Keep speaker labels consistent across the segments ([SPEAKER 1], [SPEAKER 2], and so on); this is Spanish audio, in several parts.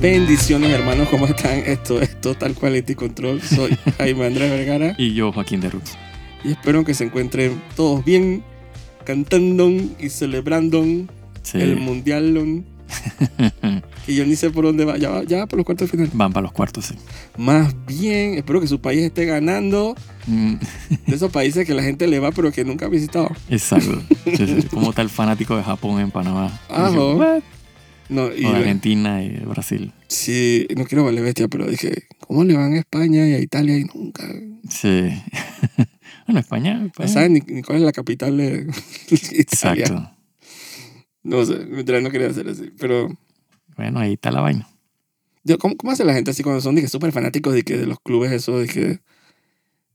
[SPEAKER 1] Bendiciones hermanos, ¿cómo están? Esto es Total Quality Control. Soy Jaime Andrés Vergara
[SPEAKER 2] Y yo, Joaquín de Rux.
[SPEAKER 1] y espero que se encuentren todos bien cantando y celebrando
[SPEAKER 2] Sí.
[SPEAKER 1] el mundial. Y yo ni sé por dónde va, ya, va- ya va por los cuartos de final.
[SPEAKER 2] Van para los cuartos, sí.
[SPEAKER 1] Más bien, espero que su país esté ganando
[SPEAKER 2] Mm,
[SPEAKER 1] de esos países que la gente le va pero que nunca ha visitado.
[SPEAKER 2] exacto. Sí, sí. Como tal fanático de Japón en Panamá.
[SPEAKER 1] Ajo.
[SPEAKER 2] What?
[SPEAKER 1] No, Ah, y
[SPEAKER 2] O de Argentina y de Brasil.
[SPEAKER 1] sí, no quiero valer bestia, pero dije, ¿cómo le van a España y a Italia y nunca?
[SPEAKER 2] Sí. bueno, España.
[SPEAKER 1] No
[SPEAKER 2] España.
[SPEAKER 1] saben ni, ni cuál es la capital de Italia.
[SPEAKER 2] Eh. Exacto.
[SPEAKER 1] No sé, literal no quería hacer así. Pero,
[SPEAKER 2] Bueno, ahí está la vaina.
[SPEAKER 1] yo, ¿cómo, cómo hace la gente así cuando son dije, súper fanáticos de, que, de los clubes esos, dije,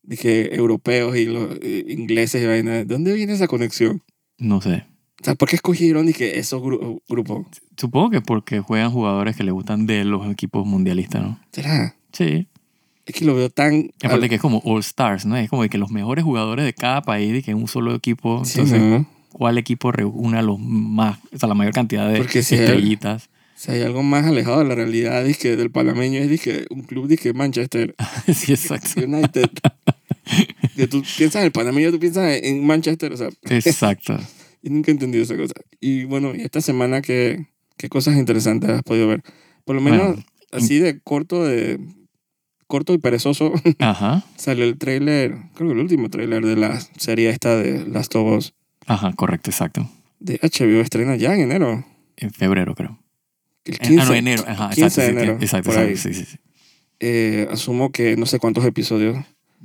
[SPEAKER 1] dije europeos y los eh, ingleses y vaina? ¿De dónde viene esa conexión?
[SPEAKER 2] No sé.
[SPEAKER 1] O sea, ¿por qué escogieron dije, esos gru- grupos?
[SPEAKER 2] Supongo que porque juegan jugadores que le gustan de los equipos mundialistas, ¿no?
[SPEAKER 1] ¿Será?
[SPEAKER 2] Sí.
[SPEAKER 1] Es que lo veo tan...
[SPEAKER 2] Y aparte que es como All Stars, ¿no? Es como de que los mejores jugadores de cada país y que en un solo equipo.
[SPEAKER 1] Sí,
[SPEAKER 2] Entonces,
[SPEAKER 1] ¿no?
[SPEAKER 2] ¿cuál equipo reúne a los más, o sea, la mayor cantidad de
[SPEAKER 1] Porque si hay-
[SPEAKER 2] estrellitas?
[SPEAKER 1] Si hay algo más alejado de la realidad dizque, del panameño es dizque, un club dizque, Manchester
[SPEAKER 2] sí, exacto.
[SPEAKER 1] United. que tú piensas en el panameño, tú piensas en Manchester. O sea,
[SPEAKER 2] Exacto.
[SPEAKER 1] yo nunca he entendido esa cosa. Y bueno, y esta semana, ¿qué, qué cosas interesantes has podido ver? Por lo menos
[SPEAKER 2] Bueno,
[SPEAKER 1] así de corto, de corto y perezoso,
[SPEAKER 2] Ajá,
[SPEAKER 1] salió el tráiler, creo que el último tráiler de la serie esta de Last of Us
[SPEAKER 2] ajá, correcto, exacto.
[SPEAKER 1] de HBO. Estrena ya en enero.
[SPEAKER 2] En febrero, creo.
[SPEAKER 1] El
[SPEAKER 2] En-
[SPEAKER 1] 15,
[SPEAKER 2] ah, no, enero. Ajá,
[SPEAKER 1] 15
[SPEAKER 2] exacto.
[SPEAKER 1] de
[SPEAKER 2] sí,
[SPEAKER 1] enero,
[SPEAKER 2] exacto,
[SPEAKER 1] por ahí.
[SPEAKER 2] exacto, sí, sí, sí.
[SPEAKER 1] Eh, asumo que no sé cuántos episodios.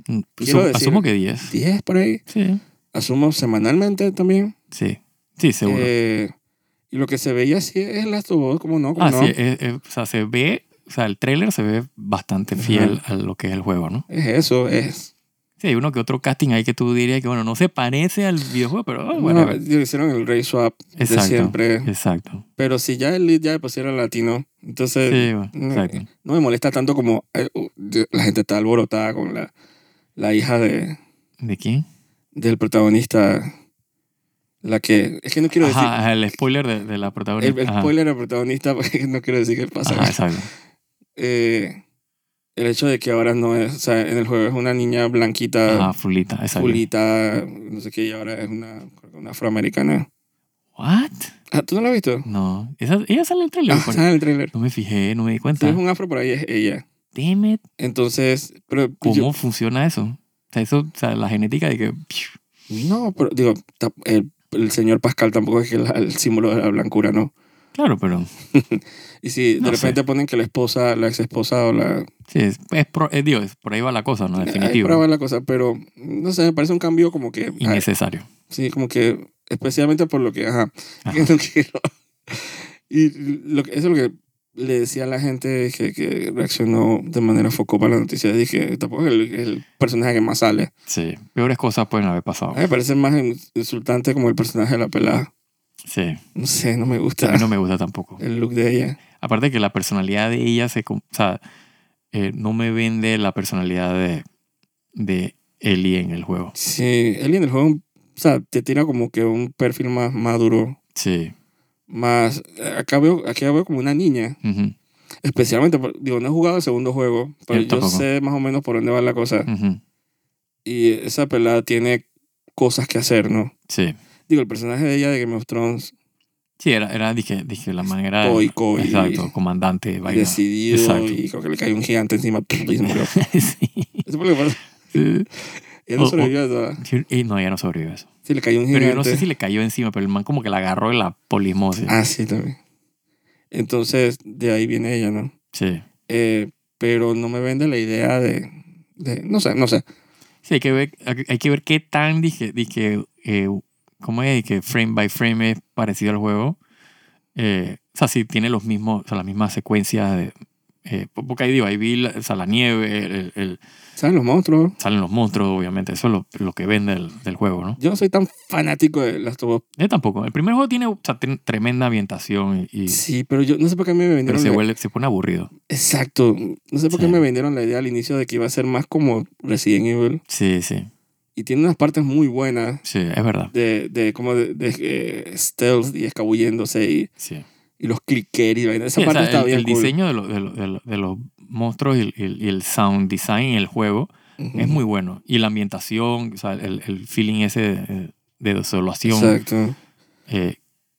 [SPEAKER 2] Mm,
[SPEAKER 1] Quiero
[SPEAKER 2] asum-
[SPEAKER 1] decir-
[SPEAKER 2] asumo que 10.
[SPEAKER 1] 10 por ahí.
[SPEAKER 2] Sí,
[SPEAKER 1] asumo semanalmente también.
[SPEAKER 2] sí. Sí, seguro.
[SPEAKER 1] Eh, y lo que se veía así es Last of Us, como no, como
[SPEAKER 2] ah,
[SPEAKER 1] no.
[SPEAKER 2] sí,
[SPEAKER 1] Es.
[SPEAKER 2] eh, eh, o sea, se ve, o sea, el tráiler se ve bastante fiel a lo que es el juego, ¿no?
[SPEAKER 1] eso, es.
[SPEAKER 2] Sí, hay uno que otro casting ahí que tú dirías que, bueno, no se parece al videojuego, pero oh, bueno,
[SPEAKER 1] Bueno, ellos hicieron el Ray Swap
[SPEAKER 2] Exacto.
[SPEAKER 1] de siempre.
[SPEAKER 2] exacto.
[SPEAKER 1] Pero si ya el lead ya de por sí era latino, entonces
[SPEAKER 2] Sí, bueno,
[SPEAKER 1] no,
[SPEAKER 2] exacto.
[SPEAKER 1] no me molesta tanto como eh, uh, yo- la gente está alborotada con la, la hija de,
[SPEAKER 2] ¿De quién?
[SPEAKER 1] del protagonista. La que. Es que no quiero
[SPEAKER 2] Ajá,
[SPEAKER 1] decir.
[SPEAKER 2] ajá, el spoiler de, de la protagonista.
[SPEAKER 1] El, el
[SPEAKER 2] Ajá.
[SPEAKER 1] spoiler del protagonista, porque no quiero decir qué pasa.
[SPEAKER 2] Ajá, exacto.
[SPEAKER 1] eh, el hecho de que ahora no es, o sea, en el juego es una niña blanquita,
[SPEAKER 2] Ajá, fulita, exacto.
[SPEAKER 1] pulita, no sé qué, y ahora es una, creo que una afroamericana.
[SPEAKER 2] ¿What?
[SPEAKER 1] Ah, ¿Tú no la has visto?
[SPEAKER 2] No. Esa, ella sale en el
[SPEAKER 1] Ah,
[SPEAKER 2] trailer.
[SPEAKER 1] está en el trailer.
[SPEAKER 2] No me fijé, no me di
[SPEAKER 1] Si
[SPEAKER 2] cuenta.
[SPEAKER 1] es un afro, por ahí es ella.
[SPEAKER 2] Damn it.
[SPEAKER 1] Entonces, pero...
[SPEAKER 2] ¿Cómo
[SPEAKER 1] yo-
[SPEAKER 2] funciona eso? O sea, eso, o sea, la genética de que. piu,
[SPEAKER 1] no, pero digo, ta- el, el señor Pascal tampoco es que la- el símbolo de la blancura, ¿no?
[SPEAKER 2] Claro, pero.
[SPEAKER 1] Y si de
[SPEAKER 2] No sé.
[SPEAKER 1] repente ponen que la esposa, la ex esposa o la...
[SPEAKER 2] Sí, es, es pro- es Dios, por ahí va la cosa, ¿no?
[SPEAKER 1] Ahí
[SPEAKER 2] Definitivo.
[SPEAKER 1] prueba la cosa, Ah, pero no sé, me parece un cambio como que... ah,
[SPEAKER 2] Innecesario.
[SPEAKER 1] sí, como que especialmente por lo que... Ajá,
[SPEAKER 2] Ajá.
[SPEAKER 1] que no quiero. Y lo que, eso es lo que le decía a la gente que, que reaccionó de manera foco para la noticia. Dije, tampoco es el, el personaje que más sale.
[SPEAKER 2] Sí. Peores cosas pueden haber pasado.
[SPEAKER 1] A mí me parece más in- insultante como el personaje de la pelada.
[SPEAKER 2] Sí.
[SPEAKER 1] No sé, no me
[SPEAKER 2] A
[SPEAKER 1] gusta
[SPEAKER 2] mí no me gusta tampoco.
[SPEAKER 1] el look de ella.
[SPEAKER 2] Aparte que la personalidad de ella se... com- O sea, eh, no me vende la personalidad de, de Ellie en el juego.
[SPEAKER 1] Sí, Ellie en el juego, o sea, te tira como que un perfil más maduro.
[SPEAKER 2] Sí.
[SPEAKER 1] Más, eh, acá veo, aquí la veo como una niña.
[SPEAKER 2] Ujú,
[SPEAKER 1] Especialmente, por- digo, no he jugado el segundo juego, pero
[SPEAKER 2] Yo
[SPEAKER 1] yo,
[SPEAKER 2] tampoco.
[SPEAKER 1] sé más o menos por dónde va la cosa.
[SPEAKER 2] ujú.
[SPEAKER 1] Y esa pelada tiene cosas que hacer, ¿no?
[SPEAKER 2] Sí.
[SPEAKER 1] Digo, el personaje de ella de Game of Thrones,
[SPEAKER 2] Sí, era, era dije, dije, la manera...
[SPEAKER 1] estoico y
[SPEAKER 2] Ah, Exacto, comandante, vaina.
[SPEAKER 1] decidido
[SPEAKER 2] Exacto.
[SPEAKER 1] y como que le cae un gigante encima y se murió.
[SPEAKER 2] sí.
[SPEAKER 1] Eso fue lo que pasó.
[SPEAKER 2] Sí.
[SPEAKER 1] Ella no
[SPEAKER 2] O- o-
[SPEAKER 1] sobrevivió a eso.
[SPEAKER 2] Y no, ella no sobrevivió a eso.
[SPEAKER 1] Sí, le cayó un
[SPEAKER 2] Oh, Pero
[SPEAKER 1] gigante.
[SPEAKER 2] yo no sé si le cayó encima, pero el man como que la agarró de la polismosis.
[SPEAKER 1] Ah, sí, también. Entonces, de ahí viene ella, ¿no?
[SPEAKER 2] Sí.
[SPEAKER 1] Eh, pero no me vende la idea de... de- no sé, no sé.
[SPEAKER 2] Sí, hay que ver, hay que ver qué tan, dije, dije eh, ¿cómo es? Que frame by frame es parecido al juego. Eh, o sea, si tiene los mismos, o sea, las mismas secuencias de... eh, porque ahí digo, ahí vi la, o sea, la nieve, el- el- el-
[SPEAKER 1] ¿Saben los monstruos?
[SPEAKER 2] salen los monstruos, obviamente. Eso es lo, lo que vende el- del juego, ¿no?
[SPEAKER 1] Yo no soy tan fanático de las tobos.
[SPEAKER 2] Yo tampoco. El primer juego tiene, o sea, tiene tremenda ambientación y... y-
[SPEAKER 1] Sí, pero yo no sé por qué a mí me
[SPEAKER 2] pero
[SPEAKER 1] vendieron...
[SPEAKER 2] se,
[SPEAKER 1] la-
[SPEAKER 2] vuelve, se pone aburrido.
[SPEAKER 1] Exacto. No sé por qué
[SPEAKER 2] Sí.
[SPEAKER 1] me vendieron la idea al inicio de que iba a ser más como Resident Evil.
[SPEAKER 2] Sí, sí,
[SPEAKER 1] Y tiene unas partes muy buenas.
[SPEAKER 2] sí, es verdad.
[SPEAKER 1] de, de como de, de, eh, stealth y escabulléndose y,
[SPEAKER 2] Sí,
[SPEAKER 1] y los clickers y vaina. Esa
[SPEAKER 2] Sí, o
[SPEAKER 1] parte
[SPEAKER 2] sea,
[SPEAKER 1] está
[SPEAKER 2] el,
[SPEAKER 1] bien
[SPEAKER 2] el
[SPEAKER 1] cool.
[SPEAKER 2] diseño de, lo- de lo- de lo- de los monstruos y el, y el- y el sound design en el juego
[SPEAKER 1] Ujú.
[SPEAKER 2] es muy bueno. Y la ambientación, o sea, el, el feeling ese de, de desolación.
[SPEAKER 1] Exacto.
[SPEAKER 2] eh,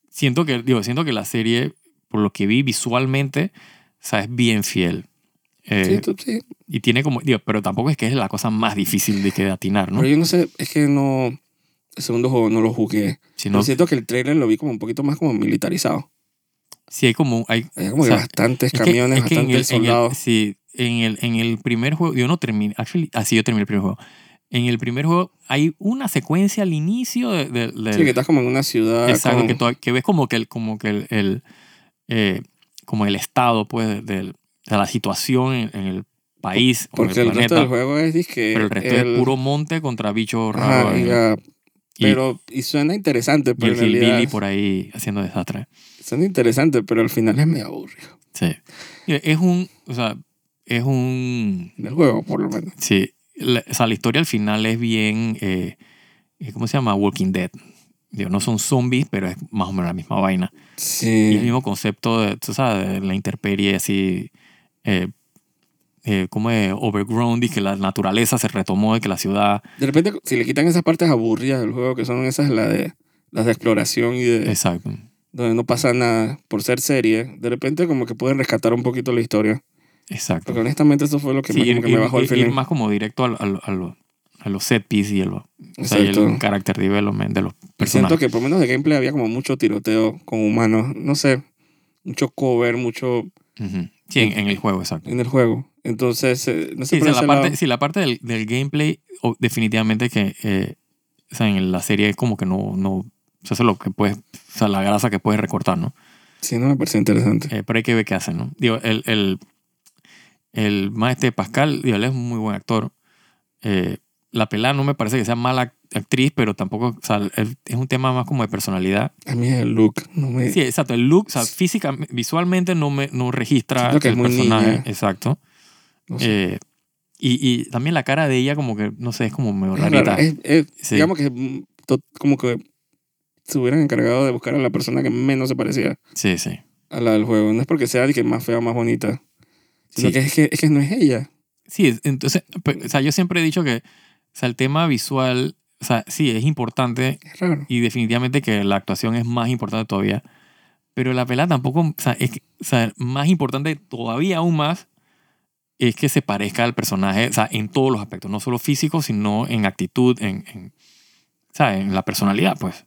[SPEAKER 2] siento, que, digo, siento que la serie, por lo que vi visualmente, o sea, es bien fiel. Eh,
[SPEAKER 1] Sí, tú- sí.
[SPEAKER 2] Y tiene como, digo, pero tampoco es que es la cosa más difícil de que de atinar, ¿no?
[SPEAKER 1] Pero yo no sé, es que no. El segundo juego no lo jugué.
[SPEAKER 2] Si,
[SPEAKER 1] Pero
[SPEAKER 2] no,
[SPEAKER 1] siento que el trailer lo vi como un poquito más como militarizado.
[SPEAKER 2] si hay como, hay,
[SPEAKER 1] Había como
[SPEAKER 2] O sea,
[SPEAKER 1] que bastantes
[SPEAKER 2] Es que-
[SPEAKER 1] camiones,
[SPEAKER 2] es que en
[SPEAKER 1] bastantes
[SPEAKER 2] el- en el-
[SPEAKER 1] soldados.
[SPEAKER 2] sí, en el, en el primer juego, yo no terminé, actually, así yo terminé el primer juego. En el primer juego hay una secuencia al inicio de, de- de-
[SPEAKER 1] sí, que estás como en una ciudad.
[SPEAKER 2] exacto,
[SPEAKER 1] con-
[SPEAKER 2] que, toda- que ves como que el, como que el, el, eh, como el estado, pues, de, del- de la situación en, en el país o en
[SPEAKER 1] porque el,
[SPEAKER 2] el
[SPEAKER 1] resto del
[SPEAKER 2] planeta.
[SPEAKER 1] juego es disque.
[SPEAKER 2] Pero el resto es puro monte contra bichos
[SPEAKER 1] Ajá,
[SPEAKER 2] raros.
[SPEAKER 1] y
[SPEAKER 2] en-
[SPEAKER 1] la-
[SPEAKER 2] y-
[SPEAKER 1] pero, y suena interesante,
[SPEAKER 2] y
[SPEAKER 1] pero
[SPEAKER 2] el
[SPEAKER 1] en realidad.
[SPEAKER 2] Billy por ahí haciendo desastre.
[SPEAKER 1] Suena interesante, pero al final es medio aburrido.
[SPEAKER 2] Sí. Y Es un, o sea, es un
[SPEAKER 1] En el juego, por lo menos.
[SPEAKER 2] Sí, la, o sea, la historia al final es bien, eh, eh, ¿cómo se llama? Walking Dead. Digo, no son zombies, pero es más o menos la misma vaina. Y el
[SPEAKER 1] Sí.
[SPEAKER 2] mismo concepto de, tú sabes, de la intemperie así, eh, eh, ¿cómo es? Overgrown, y que la naturaleza se retomó de que la ciudad,
[SPEAKER 1] De repente, si le quitan esas partes aburridas del juego, que son esas la de, las de exploración y de.
[SPEAKER 2] exacto.
[SPEAKER 1] donde no pasa nada por ser serie, de repente como que pueden rescatar un poquito la historia.
[SPEAKER 2] Exacto.
[SPEAKER 1] Porque honestamente eso fue lo que,
[SPEAKER 2] Sí,
[SPEAKER 1] me, como
[SPEAKER 2] ir,
[SPEAKER 1] que me
[SPEAKER 2] ir-
[SPEAKER 1] bajó el
[SPEAKER 2] ir
[SPEAKER 1] feeling.
[SPEAKER 2] más como directo al- al- a, lo- a los set piece y el, o sea, y el
[SPEAKER 1] Exacto.
[SPEAKER 2] character development de los
[SPEAKER 1] Y siento
[SPEAKER 2] personajes.
[SPEAKER 1] que por lo menos de gameplay había como mucho tiroteo con humanos, no sé, mucho cover, mucho
[SPEAKER 2] Ujú. Sí, en- en el juego, exacto.
[SPEAKER 1] en el juego. Entonces, eh, no sé
[SPEAKER 2] Sí, o
[SPEAKER 1] por
[SPEAKER 2] sea,
[SPEAKER 1] ese
[SPEAKER 2] la
[SPEAKER 1] lado.
[SPEAKER 2] parte, sí, la parte del, del gameplay, o- definitivamente que eh, o sea, en la serie es como que no, no o sea, eso es lo que puedes, o sea, la grasa que puedes recortar, ¿no?
[SPEAKER 1] Sí, no me pareció interesante.
[SPEAKER 2] Eh, pero hay que ver qué hacen, ¿no? Digo, el, el, el maestro Pascal, digo, él es un muy buen actor. Eh, la pelada no me parece que sea mala actriz, pero tampoco, o sea, el- es un tema más como de personalidad.
[SPEAKER 1] A mí el look no me...
[SPEAKER 2] Sí, exacto, el look, o sea, física, visualmente no me no registra
[SPEAKER 1] Siento que es
[SPEAKER 2] el
[SPEAKER 1] muy
[SPEAKER 2] personaje,
[SPEAKER 1] niña.
[SPEAKER 2] exacto.
[SPEAKER 1] no sé.
[SPEAKER 2] Eh, y, y también la cara de ella como que, no sé, es como medio
[SPEAKER 1] Es
[SPEAKER 2] rarita.
[SPEAKER 1] rara, es- es-
[SPEAKER 2] Sí.
[SPEAKER 1] Digamos que mm, to- como que se hubieran encargado de buscar a la persona que menos se parecía
[SPEAKER 2] Sí, sí.
[SPEAKER 1] a la del juego. No es porque sea de que más fea o más bonita, sino
[SPEAKER 2] Sí.
[SPEAKER 1] que, es que es que no es ella.
[SPEAKER 2] Sí, es- entonces, pe- o sea, yo siempre he dicho que, o sea, el tema visual, o sea, sí, es importante
[SPEAKER 1] Es raro.
[SPEAKER 2] y definitivamente que la actuación es más importante todavía, pero la pelada tampoco, o sea, es que- o sea, más importante todavía aún más es que se parezca al personaje, o sea, en todos los aspectos, no solo físico, sino en actitud, en, en, o sea, en la personalidad, pues.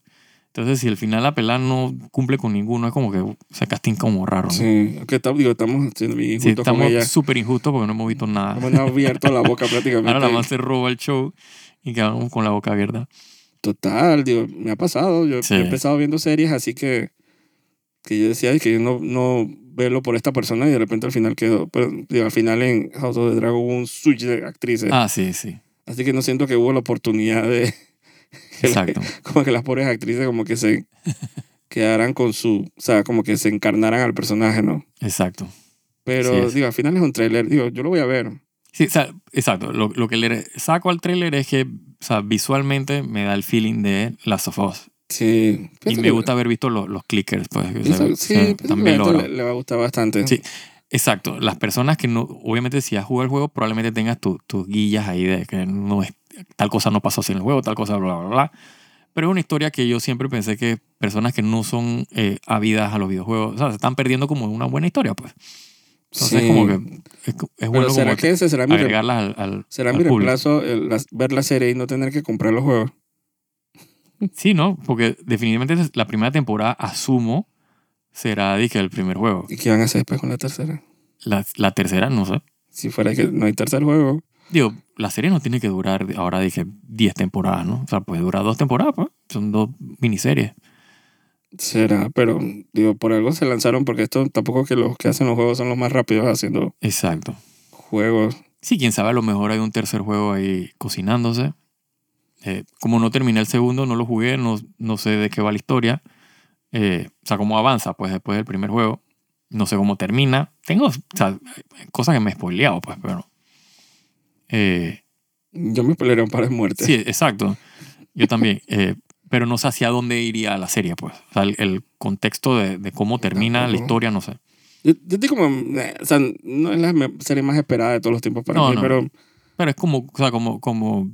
[SPEAKER 2] Entonces, si al final la pelada no cumple con ninguno, es como que o se casting como raro. ¿no? Sí,
[SPEAKER 1] Sí, aunque está- digo, estamos siendo bien injustos con ella.
[SPEAKER 2] estamos súper injustos porque no hemos visto nada.
[SPEAKER 1] Nos han abierto la boca prácticamente.
[SPEAKER 2] Ahora la más se roba el show y quedamos con la boca abierta.
[SPEAKER 1] Total, digo, me ha pasado. Yo
[SPEAKER 2] Sí.
[SPEAKER 1] he empezado viendo series así que, que yo decía "Ay, que yo no, no verlo por esta persona y de repente al final quedó. Pero digo, al final en House of the Dragon hubo un switch de actrices.
[SPEAKER 2] Ah, sí, sí.
[SPEAKER 1] Así que no siento que hubo la oportunidad de...
[SPEAKER 2] Exacto.
[SPEAKER 1] como que las pobres actrices como que se quedaran con su... O sea, como que se encarnaran al personaje, ¿no?
[SPEAKER 2] Exacto.
[SPEAKER 1] Pero
[SPEAKER 2] Sí.
[SPEAKER 1] digo, al final es un tráiler. Digo, yo lo voy a ver.
[SPEAKER 2] Sí, o sea, exacto. Lo, lo que le saco al tráiler es que o sea, visualmente me da el feeling de Last of Us.
[SPEAKER 1] Sí.
[SPEAKER 2] Y
[SPEAKER 1] Pienso
[SPEAKER 2] me
[SPEAKER 1] que-
[SPEAKER 2] gusta haber visto lo- los clickers. Pues, que
[SPEAKER 1] Pienso-
[SPEAKER 2] se-
[SPEAKER 1] sí,
[SPEAKER 2] se-
[SPEAKER 1] pienso que
[SPEAKER 2] también
[SPEAKER 1] a la
[SPEAKER 2] lo
[SPEAKER 1] gente le, le va a gustar bastante.
[SPEAKER 2] Sí. Exacto. Las personas que no, obviamente si has jugado el juego, probablemente tengas tu- tus guillas ahí de que no es, tal cosa no pasó así en el juego, tal cosa, bla, bla, bla. Pero es una historia que yo siempre pensé que personas que no son eh, ávidas a los videojuegos, o sea, se están perdiendo como una buena historia, pues. Entonces
[SPEAKER 1] Sí.
[SPEAKER 2] como que es, co- es
[SPEAKER 1] Pero
[SPEAKER 2] bueno
[SPEAKER 1] ¿será
[SPEAKER 2] como
[SPEAKER 1] que ese será mi, re-
[SPEAKER 2] agregarlas al, al-
[SPEAKER 1] será
[SPEAKER 2] al
[SPEAKER 1] mi
[SPEAKER 2] público.
[SPEAKER 1] reemplazo el- la- ver la serie y no tener que comprar los juegos?
[SPEAKER 2] Sí, ¿no? Porque definitivamente la primera temporada, asumo, será dije, el primer juego.
[SPEAKER 1] ¿Y qué van a hacer después con la tercera?
[SPEAKER 2] La, la tercera, no sé.
[SPEAKER 1] Si fuera que no hay tercer juego.
[SPEAKER 2] Digo, la serie no tiene que durar de- ahora, dije, 10 temporadas, ¿no? O sea, puede durar dos temporadas, pues. Son dos miniseries.
[SPEAKER 1] Será, pero digo, por algo se lanzaron porque esto tampoco que los que hacen los juegos son los más rápidos haciendo
[SPEAKER 2] Exacto.
[SPEAKER 1] juegos.
[SPEAKER 2] Sí, quién sabe, a lo mejor hay un tercer juego ahí cocinándose. Eh, como no terminé el segundo, no lo jugué, no, no sé de qué va la historia. Eh, o sea, cómo avanza, pues, después del primer juego. No sé cómo termina. Tengo, o sea, cosas que me he spoileado, pues, pero... Eh,
[SPEAKER 1] Yo me pelearía un par de muertes.
[SPEAKER 2] sí, exacto. Yo también. eh, pero no sé hacia dónde iría la serie, pues. O sea, el, el contexto de, de cómo termina la
[SPEAKER 1] Tampoco.
[SPEAKER 2] historia, no sé.
[SPEAKER 1] Yo, yo estoy como, eh, o sea, no es la me- serie más esperada de todos los tiempos para
[SPEAKER 2] No,
[SPEAKER 1] mí,
[SPEAKER 2] no.
[SPEAKER 1] pero,
[SPEAKER 2] Pero es como, o sea, como, como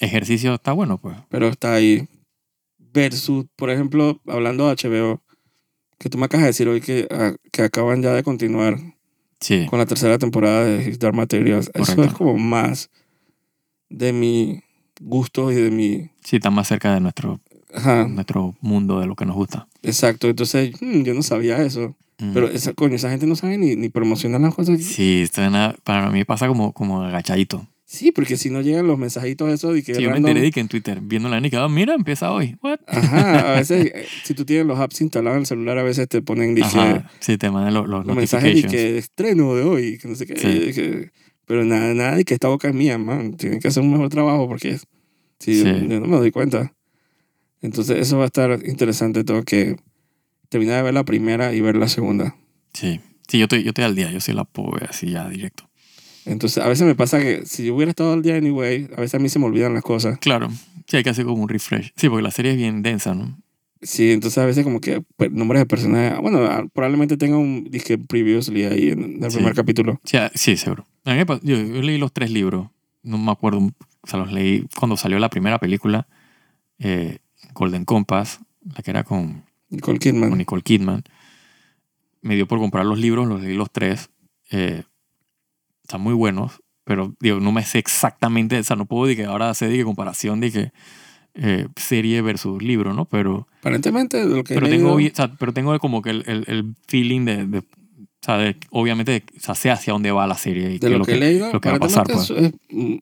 [SPEAKER 2] ejercicio está bueno, pues.
[SPEAKER 1] pero está ahí. Versus, por ejemplo, hablando de HBO, que tú me acabas de decir hoy que, a- que acaban ya de continuar
[SPEAKER 2] Sí.
[SPEAKER 1] con la tercera temporada de His Dark Materials. Eso
[SPEAKER 2] Correcto.
[SPEAKER 1] es como más de mi gusto y de mi...
[SPEAKER 2] Sí, está más cerca de nuestro,
[SPEAKER 1] Ajá,
[SPEAKER 2] nuestro mundo, de lo que nos gusta.
[SPEAKER 1] exacto. Entonces, hmm, yo no sabía eso.
[SPEAKER 2] Mm.
[SPEAKER 1] Pero esa, coño, esa gente no sabe ni, ni promocionar las cosas. Sí.
[SPEAKER 2] Sí, suena- para mí pasa como, como agachadito.
[SPEAKER 1] porque si no llegan los mensajitos esos de que...
[SPEAKER 2] Sí, yo me
[SPEAKER 1] random-
[SPEAKER 2] enteré de que en Twitter, viendo la nica, mira, empieza hoy. What?
[SPEAKER 1] Ajá, a veces, eh, si tú tienes los apps instalados en el celular, a veces te ponen, dije,
[SPEAKER 2] Ajá, sí, te mandan los, los
[SPEAKER 1] los mensajes de
[SPEAKER 2] notifications.
[SPEAKER 1] que estreno de hoy, que no sé qué.
[SPEAKER 2] Sí.
[SPEAKER 1] de que- pero nada, nada, de que esta boca es mía, man. Tienen que hacer un mejor trabajo porque es- si
[SPEAKER 2] Sí.
[SPEAKER 1] yo, yo no me doy cuenta. Entonces, eso va a estar interesante todo que terminar de ver la primera y ver la segunda.
[SPEAKER 2] Sí, sí, yo estoy, yo estoy al día, yo sí la puedo ver así ya directo.
[SPEAKER 1] Entonces, a veces me pasa que si yo hubiera estado al día anyway, a veces a mí se me olvidan las cosas.
[SPEAKER 2] Claro, sí, hay que hacer como un refresh. Sí, porque la serie es bien densa, ¿no?
[SPEAKER 1] Sí, entonces a veces como que pues, nombres de personajes, bueno, ah, probablemente tenga un disque previously ahí en el
[SPEAKER 2] Sí.
[SPEAKER 1] primer capítulo.
[SPEAKER 2] Sí, ah, sí seguro. A mí me pa- yo, yo leí los tres libros, no me acuerdo, o sea, los leí cuando salió la primera película, eh, Golden Compass, la que era con
[SPEAKER 1] Nicole Kidman.
[SPEAKER 2] con Nicole Kidman. Me dio por comprar los libros, los leí los tres. Eh, están muy buenos, pero digo, no me sé exactamente, o sea, no puedo de que ahora hacer de que comparación de que eh, serie versus libro, ¿no? Pero,
[SPEAKER 1] Aparentemente, de lo que he
[SPEAKER 2] pero, tengo,
[SPEAKER 1] leído-
[SPEAKER 2] bien- o sea, pero tengo como que el, el- el feeling de, de- o sea, de- obviamente, o sea, sé hacia dónde va la serie. Y
[SPEAKER 1] de
[SPEAKER 2] qué
[SPEAKER 1] lo,
[SPEAKER 2] es lo
[SPEAKER 1] que,
[SPEAKER 2] que-
[SPEAKER 1] he leído,
[SPEAKER 2] lo que va a pasar, pues.
[SPEAKER 1] aparentemente es es, mm,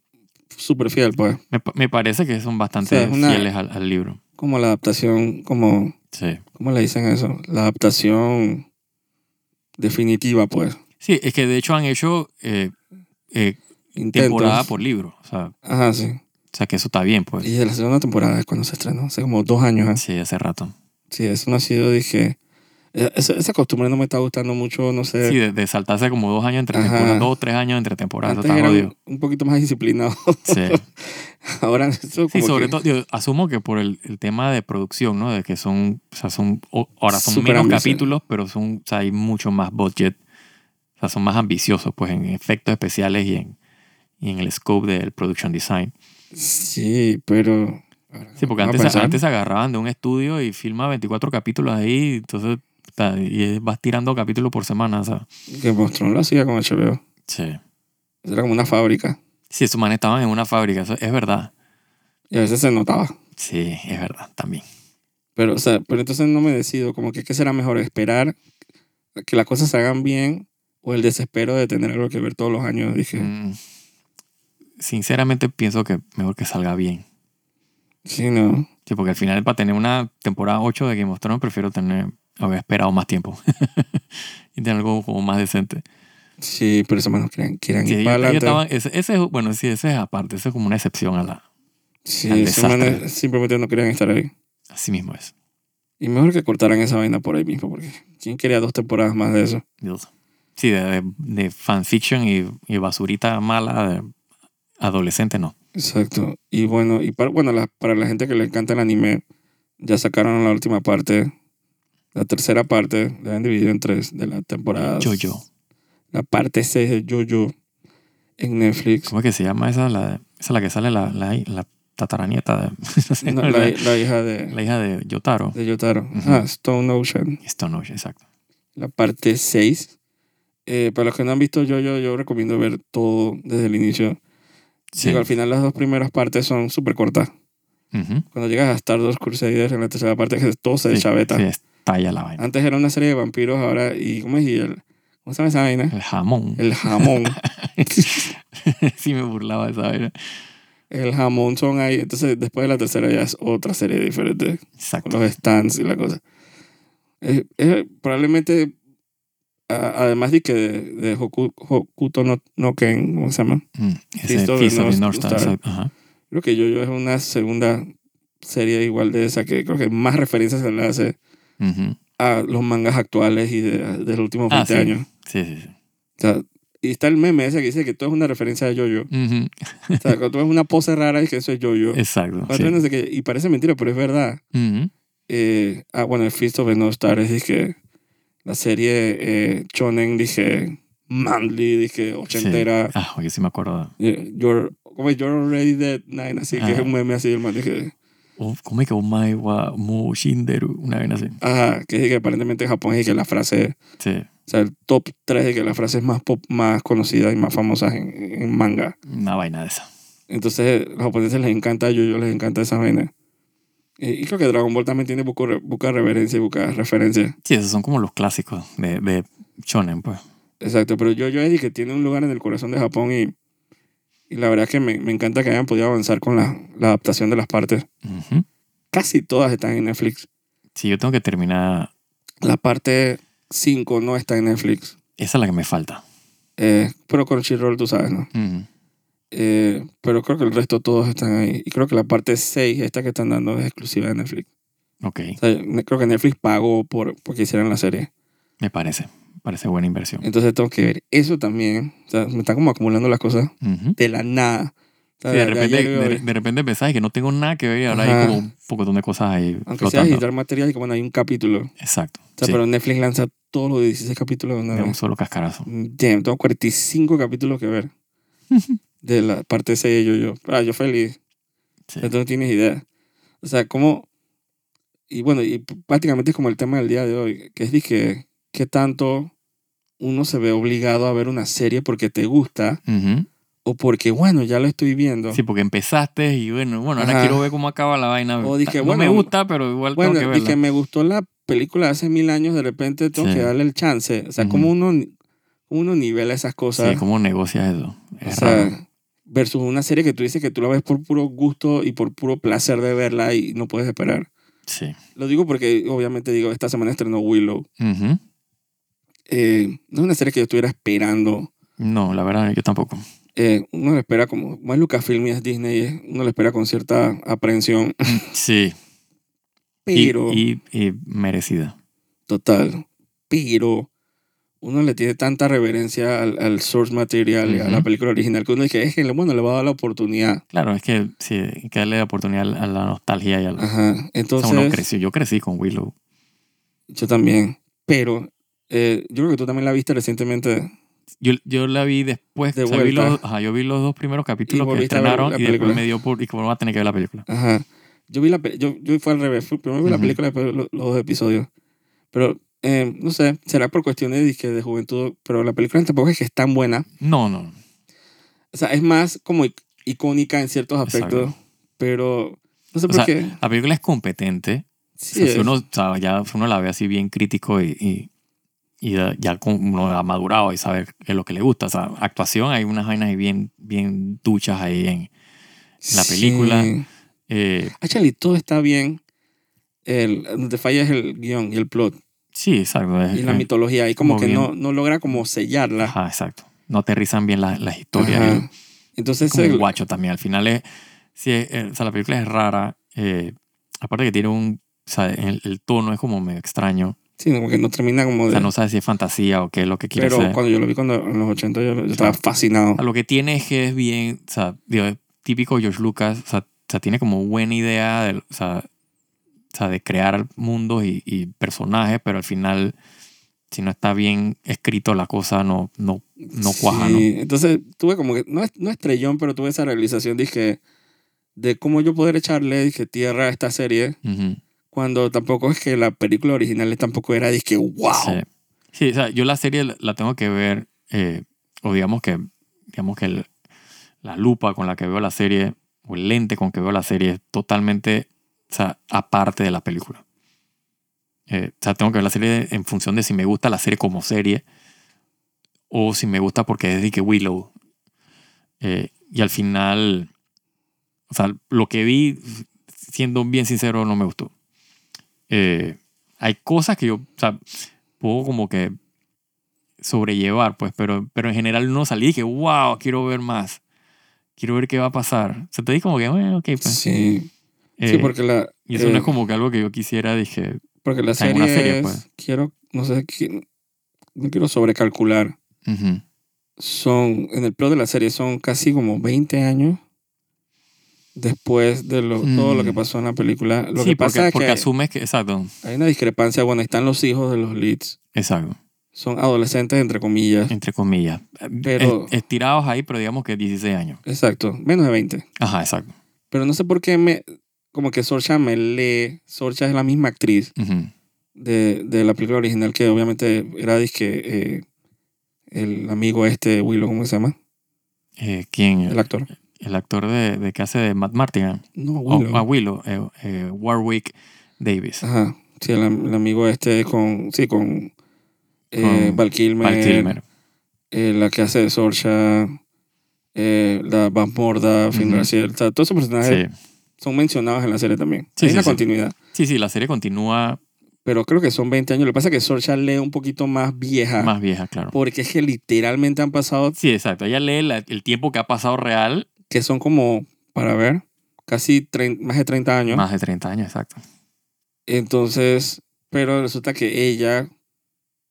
[SPEAKER 1] súper fiel, pues.
[SPEAKER 2] me, pa- me parece que son bastante
[SPEAKER 1] O sea, es una-
[SPEAKER 2] fieles al, al libro.
[SPEAKER 1] Como la adaptación, como,
[SPEAKER 2] Sí.
[SPEAKER 1] ¿cómo le dicen eso? La adaptación definitiva, pues.
[SPEAKER 2] sí, es que de hecho han hecho eh, eh,
[SPEAKER 1] Intentos.
[SPEAKER 2] temporada por libro. O sea,
[SPEAKER 1] Ajá, sí.
[SPEAKER 2] o sea, que eso está bien, pues.
[SPEAKER 1] Y de la segunda temporada es cuando se estrenó, hace como dos años. ¿eh?
[SPEAKER 2] Sí, hace rato.
[SPEAKER 1] Sí, eso no ha sido, dije... eh, Esa, esa costumbre no me está gustando mucho, no sé.
[SPEAKER 2] Sí, de, de saltarse como dos años entre
[SPEAKER 1] Eh, Ajá.
[SPEAKER 2] temporadas, dos o tres años entre temporadas, eso
[SPEAKER 1] Antes
[SPEAKER 2] está
[SPEAKER 1] era
[SPEAKER 2] jodido.
[SPEAKER 1] un, un poquito más disciplinado.
[SPEAKER 2] Sí,
[SPEAKER 1] Ahora eso como
[SPEAKER 2] Sí, sobre
[SPEAKER 1] que
[SPEAKER 2] todo, digo, asumo que por el, el tema de producción, ¿no? De que son, o sea, son, o- ahora son
[SPEAKER 1] Súper
[SPEAKER 2] menos
[SPEAKER 1] ambicioso.
[SPEAKER 2] capítulos, pero son, o sea, hay mucho más budget, o sea, son más ambiciosos, pues, en efectos especiales y en, y en el scope del production design.
[SPEAKER 1] Sí, pero...
[SPEAKER 2] Sí, porque
[SPEAKER 1] ¿Vas a
[SPEAKER 2] antes,
[SPEAKER 1] pensar?
[SPEAKER 2] antes se agarraban de un estudio y filma 24 capítulos ahí, entonces, o sea, y vas tirando capítulos por semana, o sea.
[SPEAKER 1] Que Monstrón lo hacía con HBO.
[SPEAKER 2] Sí.
[SPEAKER 1] Era como una fábrica.
[SPEAKER 2] Sí, esos manes estaban en una fábrica, eso es verdad.
[SPEAKER 1] Y a veces se notaba.
[SPEAKER 2] Sí, es verdad, también.
[SPEAKER 1] Pero, o sea, pero entonces no me decido, como que qué será mejor, esperar a que las cosas se hagan bien o el desespero de tener algo que ver todos los años. Dije,
[SPEAKER 2] Mm, Sinceramente pienso que mejor que salga bien.
[SPEAKER 1] sí, no.
[SPEAKER 2] Sí, porque al final para tener una temporada 8 de Game of Thrones prefiero tener, haber esperado más tiempo y tener algo como más decente.
[SPEAKER 1] Sí, pero eso menos crean, quieran
[SPEAKER 2] Sí,
[SPEAKER 1] ir
[SPEAKER 2] ellos-
[SPEAKER 1] para
[SPEAKER 2] ellos
[SPEAKER 1] adelante.
[SPEAKER 2] estaban- ese, ese es- bueno, sí, ese es aparte, ese es como una excepción a la...
[SPEAKER 1] sí,
[SPEAKER 2] al
[SPEAKER 1] esos manes
[SPEAKER 2] desastre.
[SPEAKER 1] simplemente no querían estar ahí.
[SPEAKER 2] Así mismo es.
[SPEAKER 1] Y mejor que cortaran esa vaina por ahí mismo, porque ¿quién quería dos temporadas más de eso?
[SPEAKER 2] Dios. Sí, de, de, de fanfiction y, y basurita mala de adolescente, no.
[SPEAKER 1] Exacto. Y bueno, y para, bueno, la- para la gente que le encanta el anime, ya sacaron la última parte, la tercera parte, la han dividido en tres de la temporada.
[SPEAKER 2] Yo, yo.
[SPEAKER 1] la parte 6 de Jojo en Netflix.
[SPEAKER 2] ¿Cómo es que se llama esa? La, esa es la que sale la, la, la tataranieta de... no sé,
[SPEAKER 1] No, la, la hija de,
[SPEAKER 2] La hija de Yotaro.
[SPEAKER 1] de Yotaro.
[SPEAKER 2] Ujú.
[SPEAKER 1] Ah, Stone Ocean.
[SPEAKER 2] Stone Ocean, exacto.
[SPEAKER 1] La parte 6. Eh, para los que no han visto Jojo, yo recomiendo ver todo desde el inicio.
[SPEAKER 2] Sí.
[SPEAKER 1] Digo, al final las dos primeras partes son súper cortas.
[SPEAKER 2] Ujú.
[SPEAKER 1] Cuando llegas a Stardust Crusaders en la tercera parte, que todo se
[SPEAKER 2] Sí,
[SPEAKER 1] deschaveta.
[SPEAKER 2] sí, estalla la vaina.
[SPEAKER 1] Antes era una serie de vampiros, ahora, ¿y cómo es? Y el- ¿Cómo se llama esa vaina?
[SPEAKER 2] El jamón.
[SPEAKER 1] El jamón.
[SPEAKER 2] sí me burlaba de esa vaina.
[SPEAKER 1] el jamón son ahí. Entonces, después de la tercera ya es otra serie diferente. con
[SPEAKER 2] Exacto.
[SPEAKER 1] los stands y la cosa. Eh, eh, probablemente, a- además de que de, de Hoku- Hokuto no, no Ken, ¿cómo se llama?
[SPEAKER 2] Mm, Ese
[SPEAKER 1] Feast of
[SPEAKER 2] Feast
[SPEAKER 1] the
[SPEAKER 2] of
[SPEAKER 1] North
[SPEAKER 2] the North Star.
[SPEAKER 1] Star.
[SPEAKER 2] exacto. Ajá.
[SPEAKER 1] Creo que yo es una segunda serie igual de esa que creo que más referencias se le hace
[SPEAKER 2] Ujú.
[SPEAKER 1] a los mangas actuales y de, de los últimos 20
[SPEAKER 2] Ah, sí.
[SPEAKER 1] años.
[SPEAKER 2] Sí, sí, sí.
[SPEAKER 1] O sea, Y está el meme ese que dice que todo es una referencia a Jojo.
[SPEAKER 2] Ujú,
[SPEAKER 1] O sea, cuando tú ves una pose rara, es que eso es Jojo.
[SPEAKER 2] Exacto.
[SPEAKER 1] Cuando
[SPEAKER 2] sí.
[SPEAKER 1] tú no sé qué, y parece mentira, pero es verdad.
[SPEAKER 2] Ujú,
[SPEAKER 1] Eh, ah, bueno, el Feast of the North Star es, dije, la serie eh, Shonen, dije, manly, dije,
[SPEAKER 2] sí.
[SPEAKER 1] ochentera.
[SPEAKER 2] Ah, oye, sí me acuerdo.
[SPEAKER 1] Eh, You're, ¿cómo es? You're already dead, nine, así que es
[SPEAKER 2] Ajá.
[SPEAKER 1] un meme así, el man, dije,
[SPEAKER 2] Oh, ¿Cómo es que Omae wa Mu Shinderu? Una vez así.
[SPEAKER 1] ajá, que es que aparentemente en Japón es que la frase,
[SPEAKER 2] Sí.
[SPEAKER 1] o sea, el top 3 de que las frases más pop, más conocidas y más famosas en, en manga.
[SPEAKER 2] Una vaina de esa.
[SPEAKER 1] Entonces, los japoneses les encanta, yo, yo les encanta esa vaina. Y, y creo que Dragon Ball también tiene buco- buca reverencia y buca referencia.
[SPEAKER 2] Sí, esos son como los clásicos de, de Shonen, pues.
[SPEAKER 1] Exacto, pero yo, yo es que tiene un lugar en el corazón de Japón y, y la verdad es que me, me encanta que hayan podido avanzar con la, la adaptación de las partes.
[SPEAKER 2] Ujú.
[SPEAKER 1] Casi todas están en Netflix.
[SPEAKER 2] Sí, yo tengo que terminar.
[SPEAKER 1] La parte 5 no está en Netflix.
[SPEAKER 2] Esa es la que me falta.
[SPEAKER 1] Eh, pero Crunchyroll, tú sabes, ¿no?
[SPEAKER 2] Ujú.
[SPEAKER 1] Eh, pero creo que el resto todos están ahí. Y creo que la parte 6, esta que están dando, es exclusiva de Netflix.
[SPEAKER 2] Ok,
[SPEAKER 1] O sea, ne- creo que Netflix pagó por, porque hicieran la serie.
[SPEAKER 2] me parece. Parece buena inversión.
[SPEAKER 1] Entonces tengo que ver eso también. O sea, me están como acumulando las cosas
[SPEAKER 2] Ujú.
[SPEAKER 1] de la nada. O sea,
[SPEAKER 2] Sí, de,
[SPEAKER 1] de- de
[SPEAKER 2] repente,
[SPEAKER 1] ayer y hoy.
[SPEAKER 2] de, de repente pensás que no tengo nada que ver y ahora
[SPEAKER 1] Ajá.
[SPEAKER 2] hay como un poco de cosas ahí
[SPEAKER 1] Aunque sea
[SPEAKER 2] flotando.
[SPEAKER 1] editar material, y que bueno, hay un capítulo. O
[SPEAKER 2] Exacto.
[SPEAKER 1] sea,
[SPEAKER 2] sí,
[SPEAKER 1] pero Netflix lanza todos los 16 capítulos de una
[SPEAKER 2] de un
[SPEAKER 1] vez.
[SPEAKER 2] solo cascarazo.
[SPEAKER 1] Damn, tengo 45 capítulos que ver. de la parte 6 de yo, yo. Ah, yo feliz.
[SPEAKER 2] Sí.
[SPEAKER 1] O sea, tú no tienes idea. O sea, como... Y bueno, y p- prácticamente es como el tema del día de hoy, que es que qué tanto uno se ve obligado a ver una serie porque te gusta
[SPEAKER 2] Ujú.
[SPEAKER 1] o porque, bueno, ya lo estoy viendo.
[SPEAKER 2] Sí, porque empezaste y bueno, bueno, ahora
[SPEAKER 1] Ajá.
[SPEAKER 2] quiero ver cómo acaba la vaina.
[SPEAKER 1] O dije,
[SPEAKER 2] no
[SPEAKER 1] bueno,
[SPEAKER 2] me gusta, pero igual
[SPEAKER 1] Bueno,
[SPEAKER 2] tengo que
[SPEAKER 1] y
[SPEAKER 2] verla.
[SPEAKER 1] que me gustó la película de hace mil años, de repente tengo
[SPEAKER 2] Sí.
[SPEAKER 1] que darle el chance. O sea,
[SPEAKER 2] Ujú.
[SPEAKER 1] como uno, uno nivela esas
[SPEAKER 2] Sí,
[SPEAKER 1] cosas.
[SPEAKER 2] ¿cómo negocias eso?
[SPEAKER 1] o
[SPEAKER 2] Es
[SPEAKER 1] sea,
[SPEAKER 2] raro.
[SPEAKER 1] versus una serie que tú dices que tú la ves por puro gusto y por puro placer de verla y no puedes esperar.
[SPEAKER 2] Sí.
[SPEAKER 1] Lo digo porque, obviamente, digo, esta semana estrenó Willow.
[SPEAKER 2] Ujú.
[SPEAKER 1] Eh, no es una serie que yo estuviera esperando.
[SPEAKER 2] No, la verdad, yo tampoco.
[SPEAKER 1] Eh, uno la espera como, más Lucasfilm y es Disney, eh, uno la espera con cierta aprehensión,
[SPEAKER 2] Sí. Y-
[SPEAKER 1] pero,
[SPEAKER 2] Y, y merecida.
[SPEAKER 1] total, pero uno le tiene tanta reverencia al, al source material y a la
[SPEAKER 2] Ujú.
[SPEAKER 1] película original que uno dice, es que bueno, le va a dar la oportunidad.
[SPEAKER 2] Claro, es que sí, hay que darle la oportunidad a la nostalgia y a la...
[SPEAKER 1] Ajá,
[SPEAKER 2] O sea, uno
[SPEAKER 1] entonces,
[SPEAKER 2] creció. Yo crecí con Willow.
[SPEAKER 1] yo también, pero eh, yo creo que tú también la viste recientemente
[SPEAKER 2] Yo, yo la vi después.
[SPEAKER 1] De
[SPEAKER 2] o sea, vi
[SPEAKER 1] vuelta.
[SPEAKER 2] los, ajá, yo vi los dos primeros capítulos que
[SPEAKER 1] volviste a ver
[SPEAKER 2] estrenaron
[SPEAKER 1] la
[SPEAKER 2] y después
[SPEAKER 1] película.
[SPEAKER 2] me dio por. Y como no va a tener que ver la película.
[SPEAKER 1] Ajá. Yo vi la pe- yo, yo fue al revés. Fue- Primero vi la
[SPEAKER 2] Ujú.
[SPEAKER 1] película, después lo- los dos episodios. Pero, eh, no sé, será por cuestiones dizque, de juventud, pero la película tampoco es que es tan buena.
[SPEAKER 2] No, no.
[SPEAKER 1] O sea, es más como ic- icónica en ciertos aspectos, pero no sé
[SPEAKER 2] O
[SPEAKER 1] por
[SPEAKER 2] sea,
[SPEAKER 1] qué.
[SPEAKER 2] La película es competente. O
[SPEAKER 1] Sí,
[SPEAKER 2] sea, si
[SPEAKER 1] es.
[SPEAKER 2] uno, o sea, ya uno la ve así bien crítico y, y, y ya, ya como uno ha madurado y sabe qué es lo que le gusta. O sea, actuación, hay unas vainas ahí bien, bien duchas ahí en. la película.
[SPEAKER 1] Sí.
[SPEAKER 2] eh,
[SPEAKER 1] Actually, todo está bien. El, donde falla es el guión y el plot
[SPEAKER 2] sí, exacto. es-
[SPEAKER 1] y la
[SPEAKER 2] es-
[SPEAKER 1] mitología. Y como
[SPEAKER 2] como
[SPEAKER 1] que
[SPEAKER 2] bien.
[SPEAKER 1] no, no logra como sellarla.
[SPEAKER 2] ajá, exacto. No aterrizan bien las, las historias.
[SPEAKER 1] Ajá.
[SPEAKER 2] y-
[SPEAKER 1] Entonces,
[SPEAKER 2] como
[SPEAKER 1] el-
[SPEAKER 2] un guacho también. Al final es. Sí, eh, o sea, la película es rara. eh, aparte que tiene un. O sea, el, el tono es como medio extraño.
[SPEAKER 1] sí, como que no termina como
[SPEAKER 2] O
[SPEAKER 1] de...
[SPEAKER 2] sea, no sabes si es fantasía o qué es lo que quiere
[SPEAKER 1] Pero
[SPEAKER 2] hacer.
[SPEAKER 1] cuando yo lo vi cuando, en los 80, yo, yo estaba
[SPEAKER 2] Claro.
[SPEAKER 1] fascinado.
[SPEAKER 2] O sea, lo que tiene es que es bien. O sea, digo, es típico George Lucas. O sea, o sea, tiene como buena idea de, o sea, o sea, de crear mundos y, y personajes, pero al final, si no está bien escrito la cosa, no, no, no cuaja,
[SPEAKER 1] Sí, Entonces tuve como que, no, es- no estrellón, pero tuve esa realización, dije, de cómo yo poder echarle, dije, tierra a esta serie,
[SPEAKER 2] ¿no? Ujú.
[SPEAKER 1] cuando tampoco es que la película original tampoco era, dije, wow.
[SPEAKER 2] Sí. Sí, o sea, yo la serie la- la tengo que ver, eh, o digamos que, digamos que el- la lupa con la que veo la serie, o el lente con que veo la serie, es totalmente, o sea, aparte de la película. Eh, o sea, tengo que ver la serie en función de si me gusta la serie como serie, o si me gusta porque es de que Willow. Eh, y al final, o sea, lo que vi, siendo bien sincero, no me gustó. Eh, hay cosas que yo, o sea, puedo como que sobrellevar, pues, pero, pero en general no salí y dije, wow, quiero ver más. Quiero ver qué va a pasar. O sea, te di como que, bueno, ok, pues.
[SPEAKER 1] Sí, sí,
[SPEAKER 2] Eh,
[SPEAKER 1] porque la,
[SPEAKER 2] y eso no
[SPEAKER 1] eh,
[SPEAKER 2] es como que algo que yo quisiera, dije,
[SPEAKER 1] porque la
[SPEAKER 2] está en una
[SPEAKER 1] serie
[SPEAKER 2] serie,
[SPEAKER 1] es,
[SPEAKER 2] pues.
[SPEAKER 1] quiero, no sé, qui- no quiero sobrecalcular,
[SPEAKER 2] ujú,
[SPEAKER 1] son, en el plot de la serie, son casi como 20 años después de lo-
[SPEAKER 2] Mm.
[SPEAKER 1] todo lo que pasó en la película. Lo
[SPEAKER 2] sí,
[SPEAKER 1] que
[SPEAKER 2] porque,
[SPEAKER 1] pasa
[SPEAKER 2] porque
[SPEAKER 1] es que
[SPEAKER 2] asumes que. Exacto.
[SPEAKER 1] hay una discrepancia. Bueno, ahí están los hijos de los leads.
[SPEAKER 2] Exacto.
[SPEAKER 1] Son adolescentes, entre comillas.
[SPEAKER 2] Entre comillas.
[SPEAKER 1] Pero-
[SPEAKER 2] Es- Estirados ahí, pero digamos que 16 años.
[SPEAKER 1] Exacto, menos de 20.
[SPEAKER 2] Ajá, exacto.
[SPEAKER 1] Pero no sé por qué me... Como que Sorcha me lee... Sorcha es la misma actriz
[SPEAKER 2] Ujú.
[SPEAKER 1] de, de la película original que obviamente era disque... eh, el amigo este, Willow, ¿cómo se llama?
[SPEAKER 2] Eh, ¿Quién?
[SPEAKER 1] El actor.
[SPEAKER 2] el actor de, de que hace de Matt Martin, ¿eh?
[SPEAKER 1] No,
[SPEAKER 2] O-
[SPEAKER 1] Willow. Ah,
[SPEAKER 2] a Willow, eh, eh, Warwick Davis.
[SPEAKER 1] Ajá. Sí, el, am- el amigo este con... Sí, con... Eh,
[SPEAKER 2] Con
[SPEAKER 1] Val Kilmer,
[SPEAKER 2] Val Kilmer.
[SPEAKER 1] eh, la que hace de Sorcha, eh, la Van Morda, Finn
[SPEAKER 2] Ujú.
[SPEAKER 1] Russell, o sea, todos esos personajes
[SPEAKER 2] Sí.
[SPEAKER 1] son mencionados en la serie también.
[SPEAKER 2] Sí,
[SPEAKER 1] Hay
[SPEAKER 2] sí,
[SPEAKER 1] una
[SPEAKER 2] sí.
[SPEAKER 1] continuidad.
[SPEAKER 2] sí, sí, la serie continúa
[SPEAKER 1] Pero creo que son 20 años. Lo que pasa es que Sorcha lee un poquito más vieja.
[SPEAKER 2] más vieja, claro.
[SPEAKER 1] Porque es que literalmente han pasado,
[SPEAKER 2] Sí, exacto. Ella lee la- el tiempo que ha pasado real,
[SPEAKER 1] que son como, para ver, casi trein- más de 30 años.
[SPEAKER 2] más de 30 años, exacto.
[SPEAKER 1] Entonces, pero resulta que ella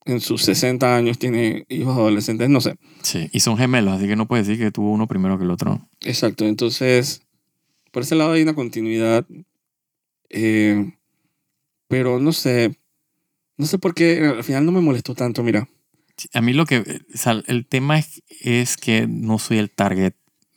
[SPEAKER 1] en sus 60 años tiene hijos adolescentes, no sé.
[SPEAKER 2] Sí, y son gemelos, así que no puedes decir que tuvo uno primero que el otro.
[SPEAKER 1] Exacto, entonces, por ese lado hay una continuidad. eh, pero no sé, no sé por qué, al final no me molestó tanto, mira.
[SPEAKER 2] Sí, A mí lo que, o sea, el tema es, es que no soy el target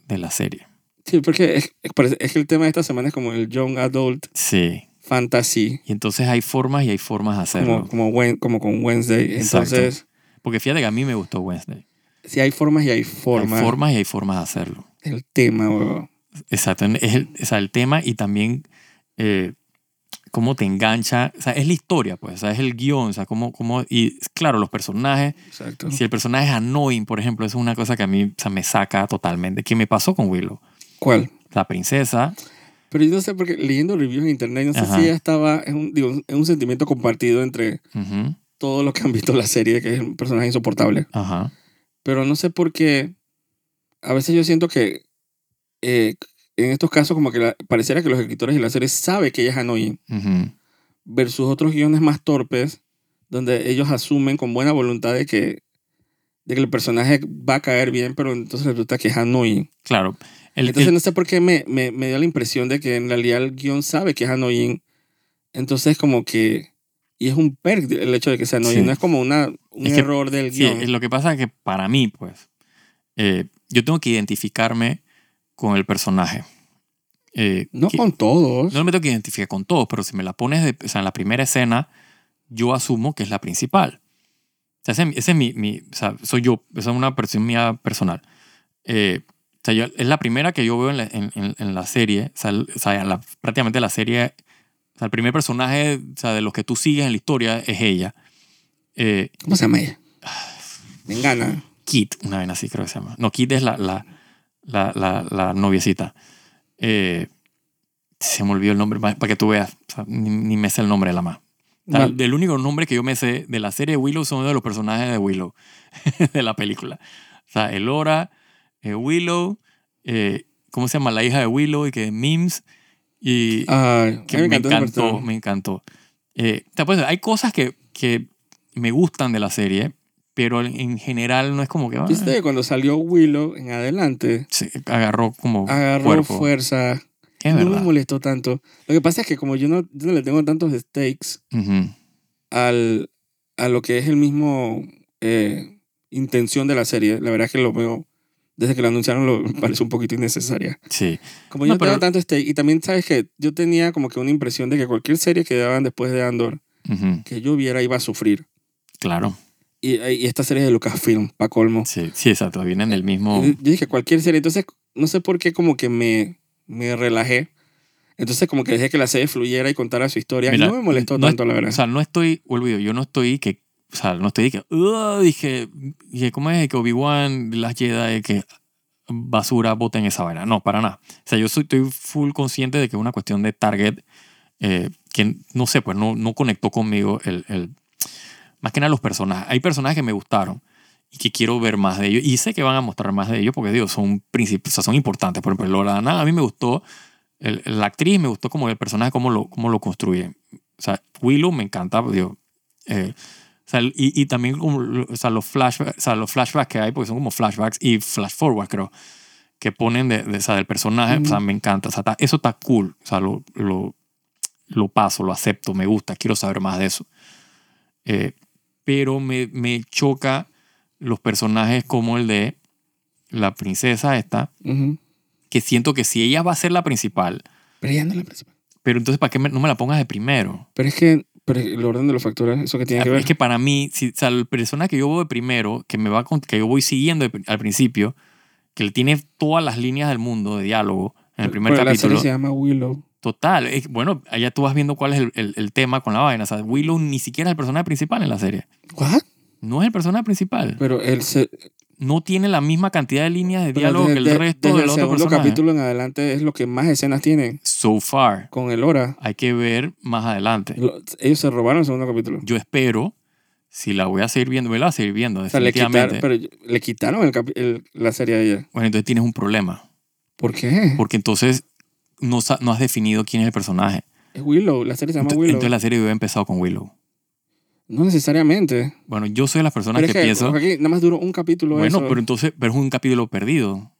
[SPEAKER 2] de la serie.
[SPEAKER 1] Sí, porque es, es parece- es que el tema de esta semana es como el Young Adult
[SPEAKER 2] Sí,
[SPEAKER 1] Fantasy.
[SPEAKER 2] y entonces hay formas y hay formas de
[SPEAKER 1] como,
[SPEAKER 2] hacerlo.
[SPEAKER 1] como, Wen- como con Wednesday.
[SPEAKER 2] Exacto.
[SPEAKER 1] Entonces,
[SPEAKER 2] Porque fíjate que a mí me gustó Wednesday.
[SPEAKER 1] si hay formas y hay
[SPEAKER 2] Hay
[SPEAKER 1] formas,
[SPEAKER 2] formas y hay formas de hacerlo.
[SPEAKER 1] el tema, weón.
[SPEAKER 2] Exacto, es el, o sea, el tema y también eh, cómo te engancha, o sea, es la historia, pues, o sea, es el guión, o sea, cómo, cómo, y claro, los personajes,
[SPEAKER 1] Exacto.
[SPEAKER 2] si el personaje es annoying, por ejemplo, eso es una cosa que a mí o sea, me saca totalmente, que me pasó con Willow,
[SPEAKER 1] ¿Cuál?
[SPEAKER 2] la princesa,
[SPEAKER 1] Pero yo no sé, porque leyendo reviews en internet, no sé
[SPEAKER 2] Ajá.
[SPEAKER 1] si ella estaba, es un, digo, es un sentimiento compartido entre
[SPEAKER 2] ujú,
[SPEAKER 1] todos los que han visto la serie, que es un personaje insoportable.
[SPEAKER 2] ajá,
[SPEAKER 1] Pero no sé por qué, a veces yo siento que eh, en estos casos como que la- pareciera que los escritores de la serie saben que ella es annoying,
[SPEAKER 2] ujú,
[SPEAKER 1] versus otros guiones más torpes, donde ellos asumen con buena voluntad de que, de que el personaje va a caer bien, pero entonces resulta que es annoying.
[SPEAKER 2] claro, el,
[SPEAKER 1] entonces
[SPEAKER 2] el-
[SPEAKER 1] no sé por qué me, me, me dio la impresión de que en realidad el guión sabe que es annoying. Entonces como que... Y es un perk de- el hecho de que sea annoying.
[SPEAKER 2] Sí.
[SPEAKER 1] No es como una, un
[SPEAKER 2] Es que-
[SPEAKER 1] error del
[SPEAKER 2] sí,
[SPEAKER 1] guión.
[SPEAKER 2] lo que pasa es que para mí, pues, eh, yo tengo que identificarme con el personaje. Eh,
[SPEAKER 1] no
[SPEAKER 2] que-
[SPEAKER 1] con todos.
[SPEAKER 2] No me tengo que identificar con todos, pero si me la pones de- o sea, en la primera escena, yo asumo que es la principal. O sea, ese, ese es mi, mi- o sea, soy yo, esa es una percepción mía personal. Eh, o sea, yo- es la primera que yo veo en la, en, en- en la serie, o sea, el- o sea, la- prácticamente la serie, o sea, el primer personaje o sea, de los que tú sigues en la historia es ella. Eh,
[SPEAKER 1] ¿Cómo se llama ella?
[SPEAKER 2] Ah,
[SPEAKER 1] Me engana.
[SPEAKER 2] Kit, una vaina así creo que se llama. No, Kit es la, la, la, la, la noviecita. Eh, se me olvidó el nombre, pa- para que tú veas, o sea, ni, ni me sé el nombre de la más. O sea,
[SPEAKER 1] Mal.
[SPEAKER 2] Del único nombre que yo me sé de la serie Willow son de los personajes de Willow, de la película. O sea, Elora, eh, Willow, eh, ¿cómo se llama? La hija de Willow y que Mims. Y,
[SPEAKER 1] Ay,
[SPEAKER 2] que
[SPEAKER 1] a mí
[SPEAKER 2] me
[SPEAKER 1] esa
[SPEAKER 2] encantó,
[SPEAKER 1] persona.
[SPEAKER 2] me encantó. Eh, te apuesto, hay cosas que, que me gustan de la serie, pero en, en general no es como que ah,
[SPEAKER 1] Viste que cuando salió Willow en adelante,
[SPEAKER 2] se agarró como
[SPEAKER 1] agarró
[SPEAKER 2] cuerpo.
[SPEAKER 1] fuerza.
[SPEAKER 2] es
[SPEAKER 1] no me
[SPEAKER 2] verdad.
[SPEAKER 1] molestó tanto. Lo que pasa es que como yo no, yo no le tengo tantos stakes
[SPEAKER 2] Ujú,
[SPEAKER 1] al, a lo que es el mismo eh, intención de la serie, la verdad es que lo veo, desde que lo anunciaron, lo, me parece un poquito innecesaria.
[SPEAKER 2] Sí,
[SPEAKER 1] Como yo
[SPEAKER 2] No,
[SPEAKER 1] no tengo
[SPEAKER 2] pero-
[SPEAKER 1] tanto stake, y también sabes que yo tenía como que una impresión de que cualquier serie que daban después de Andor,
[SPEAKER 2] ujú,
[SPEAKER 1] que yo viera, iba a sufrir.
[SPEAKER 2] claro.
[SPEAKER 1] Y, y esta serie es de Lucasfilm, pa' colmo.
[SPEAKER 2] Sí, sí, exacto. Vienen del mismo.
[SPEAKER 1] Y Yo dije cualquier serie. Entonces, no sé por qué como que me, me relajé. Entonces, como que dejé que la serie fluyera y contara su historia.
[SPEAKER 2] Mira,
[SPEAKER 1] y no me molestó
[SPEAKER 2] no es-
[SPEAKER 1] tanto, la verdad.
[SPEAKER 2] O sea, no estoy, olvido, yo no estoy que. O sea, no estoy que. "Ugh", dije, dije, ¿cómo es que Obi-Wan, las Jedi, que basura, boten esa vaina? No, para nada. O sea, yo soy, estoy full consciente de que es una cuestión de target eh, que, no sé, pues no, no conectó conmigo el, el. Más que nada los personajes. Hay personajes que me gustaron y que quiero ver más de ellos. Y sé que van a mostrar más de ellos porque, digo, son, princip- o sea, son importantes. Por ejemplo, Lorana, a mí me gustó. el- la actriz me gustó como el personaje, cómo lo, cómo lo construye. O sea, Willow me encanta, digo, pues, eh, O sea, y, y también como, o sea, los flashbacks, o sea, los flashbacks que hay, porque son como flashbacks y flash forward, creo, que ponen de, de- o sea, del personaje, o sea, me encanta. O sea, está- eso está cool. O sea, lo, lo, lo paso, lo acepto, me gusta, quiero saber más de eso. Eh, pero me, me choca los personajes como el de la princesa esta,
[SPEAKER 1] Ujú.
[SPEAKER 2] que siento que si ella va a ser la principal,
[SPEAKER 1] Pero ya no es la principal.
[SPEAKER 2] pero entonces ¿para qué me- no me la pongas de primero?
[SPEAKER 1] Pero es que pero el orden de los factores, eso que tiene que ver.
[SPEAKER 2] Ah, Es que para mí, si, o sea, la persona que yo voy de primero, que me va con- que yo voy siguiendo de pri- al principio, que le tiene todas las líneas del mundo de diálogo en el primer
[SPEAKER 1] Pero La
[SPEAKER 2] capítulo.
[SPEAKER 1] serie se llama Willow.
[SPEAKER 2] Total, es- bueno, allá tú vas viendo cuál es el, el- el tema con la vaina. O sea, Willow ni siquiera es el personaje principal en la serie.
[SPEAKER 1] ¿What?
[SPEAKER 2] No es el personaje principal.
[SPEAKER 1] Pero el, se-
[SPEAKER 2] No tiene la misma cantidad de líneas de
[SPEAKER 1] Pues pero
[SPEAKER 2] diálogo
[SPEAKER 1] desde-
[SPEAKER 2] que el
[SPEAKER 1] de-
[SPEAKER 2] resto
[SPEAKER 1] desde
[SPEAKER 2] del
[SPEAKER 1] el
[SPEAKER 2] otro
[SPEAKER 1] segundo
[SPEAKER 2] personaje.
[SPEAKER 1] capítulo en adelante es lo que más escenas tienen
[SPEAKER 2] So far,
[SPEAKER 1] con el hora.
[SPEAKER 2] hay que ver más adelante.
[SPEAKER 1] Lo- ellos se robaron el segundo capítulo.
[SPEAKER 2] Yo espero, si la voy a seguir viendo, me la voy a seguir viendo,
[SPEAKER 1] O sea, le
[SPEAKER 2] definitivamente.
[SPEAKER 1] quitaron, pero le quitaron el capi- el- la serie a ella.
[SPEAKER 2] Bueno, entonces tienes un problema.
[SPEAKER 1] ¿Por qué?
[SPEAKER 2] Porque entonces no, sa- no has definido quién es el personaje.
[SPEAKER 1] Es Willow, la serie se llama
[SPEAKER 2] Ento-
[SPEAKER 1] Willow.
[SPEAKER 2] Entonces la serie hubiera empezado con Willow.
[SPEAKER 1] No necesariamente.
[SPEAKER 2] Bueno, yo soy de las personas
[SPEAKER 1] Pero
[SPEAKER 2] que,
[SPEAKER 1] es que
[SPEAKER 2] pienso.
[SPEAKER 1] aquí nada más duró un capítulo
[SPEAKER 2] Bueno,
[SPEAKER 1] eso.
[SPEAKER 2] pero entonces pero es un capítulo perdido.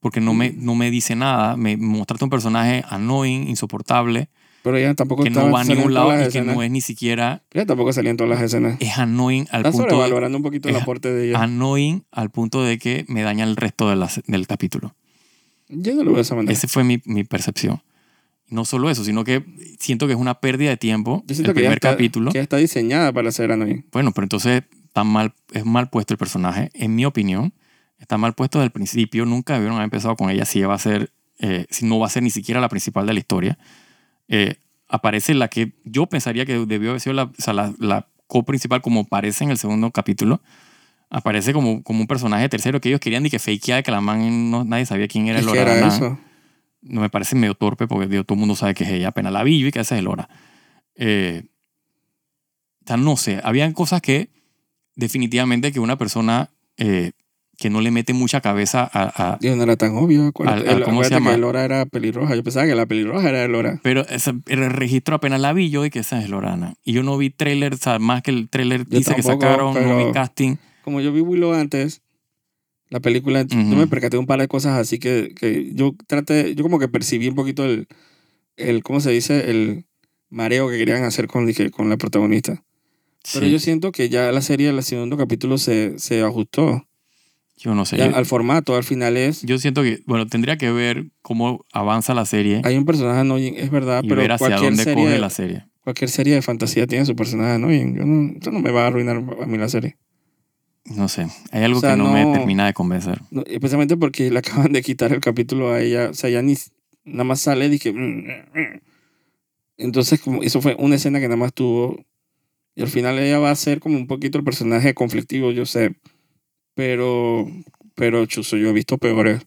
[SPEAKER 2] Porque no me,
[SPEAKER 1] Mm.
[SPEAKER 2] no me dice nada. Me mostraste un personaje annoying, insoportable,
[SPEAKER 1] Pero ella tampoco
[SPEAKER 2] que no
[SPEAKER 1] estaba
[SPEAKER 2] va a ningún
[SPEAKER 1] saliendo en todas
[SPEAKER 2] lado
[SPEAKER 1] las
[SPEAKER 2] y que
[SPEAKER 1] escenas.
[SPEAKER 2] no es ni siquiera.
[SPEAKER 1] Ella tampoco salía en todas las escenas.
[SPEAKER 2] Es annoying al
[SPEAKER 1] Está
[SPEAKER 2] punto de,
[SPEAKER 1] sobrevalorando un poquito el
[SPEAKER 2] es-
[SPEAKER 1] aporte de ella.
[SPEAKER 2] annoying al punto de que me daña el resto de la se- del capítulo.
[SPEAKER 1] Yo no lo veo de esa manera.
[SPEAKER 2] Esa fue mi, mi percepción. No solo eso, sino que siento que es una pérdida de tiempo
[SPEAKER 1] Yo
[SPEAKER 2] el
[SPEAKER 1] siento que ella,
[SPEAKER 2] primer
[SPEAKER 1] está,
[SPEAKER 2] capítulo.
[SPEAKER 1] que ella está diseñada para ser Annoying.
[SPEAKER 2] Bueno, pero entonces está mal, es mal puesto el personaje, en mi opinión. Está mal puesto desde el principio. Nunca debieron haber empezado con ella si ella va a ser, eh, si no va a ser ni siquiera la principal de la historia. Eh, aparece la que yo pensaría que debió haber sido la, o sea, la, la co-principal, como aparece en el segundo capítulo. Aparece como, como un personaje tercero que ellos querían y que fakeara que la man no, nadie sabía quién era
[SPEAKER 1] Es
[SPEAKER 2] el
[SPEAKER 1] que
[SPEAKER 2] hora
[SPEAKER 1] era eso.
[SPEAKER 2] no me parece medio torpe porque digo, todo el mundo sabe que es ella, apenas la vi yo y que esa es Lora. Eh, o sea, no sé, habían cosas que definitivamente que una persona eh, que no le mete mucha cabeza a... a-
[SPEAKER 1] Digo, no era tan obvio. Acuérdate,
[SPEAKER 2] al-
[SPEAKER 1] el-
[SPEAKER 2] ¿cómo
[SPEAKER 1] acuérdate
[SPEAKER 2] se llama?
[SPEAKER 1] que Elora era pelirroja. Yo pensaba que la pelirroja era Elora.
[SPEAKER 2] pero esa- el registro apenas la vi yo y que esa es Lorana. Y yo no vi trailer, o sea, más que el trailer
[SPEAKER 1] Yo
[SPEAKER 2] dice que
[SPEAKER 1] tampoco,
[SPEAKER 2] sacaron, no vi
[SPEAKER 1] pero-
[SPEAKER 2] casting.
[SPEAKER 1] Como yo vi Willow antes, la película,
[SPEAKER 2] Ujú.
[SPEAKER 1] yo me percaté de un par de cosas así que, que yo traté, yo como que percibí un poquito el, el ¿cómo se dice? El mareo que querían hacer con, dije, con la protagonista. Pero
[SPEAKER 2] Sí,
[SPEAKER 1] yo
[SPEAKER 2] yo,
[SPEAKER 1] siento que ya la serie, el segundo capítulo se, se ajustó
[SPEAKER 2] no sé.
[SPEAKER 1] Ya
[SPEAKER 2] yo,
[SPEAKER 1] al formato. Al final es,
[SPEAKER 2] yo siento que, bueno, tendría que ver cómo avanza la serie
[SPEAKER 1] hay un personaje annoying, es verdad,
[SPEAKER 2] y
[SPEAKER 1] pero
[SPEAKER 2] ver hacia
[SPEAKER 1] cualquier
[SPEAKER 2] dónde
[SPEAKER 1] serie,
[SPEAKER 2] coge la serie.
[SPEAKER 1] cualquier serie de fantasía tiene su personaje annoying. Yo no, eso no me va a arruinar a mí la serie.
[SPEAKER 2] No sé, hay algo
[SPEAKER 1] O sea,
[SPEAKER 2] que no, me
[SPEAKER 1] no-
[SPEAKER 2] termina de convencer.
[SPEAKER 1] No, y precisamente porque le acaban de quitar el capítulo a ella. O sea, ya ni nada más sale dije. "Mm, mm, mm". Entonces, como eso fue una escena que nada más tuvo. Y al final ella va a ser como un poquito el personaje conflictivo, yo sé. Pero, pero Chuzo, yo he visto peores.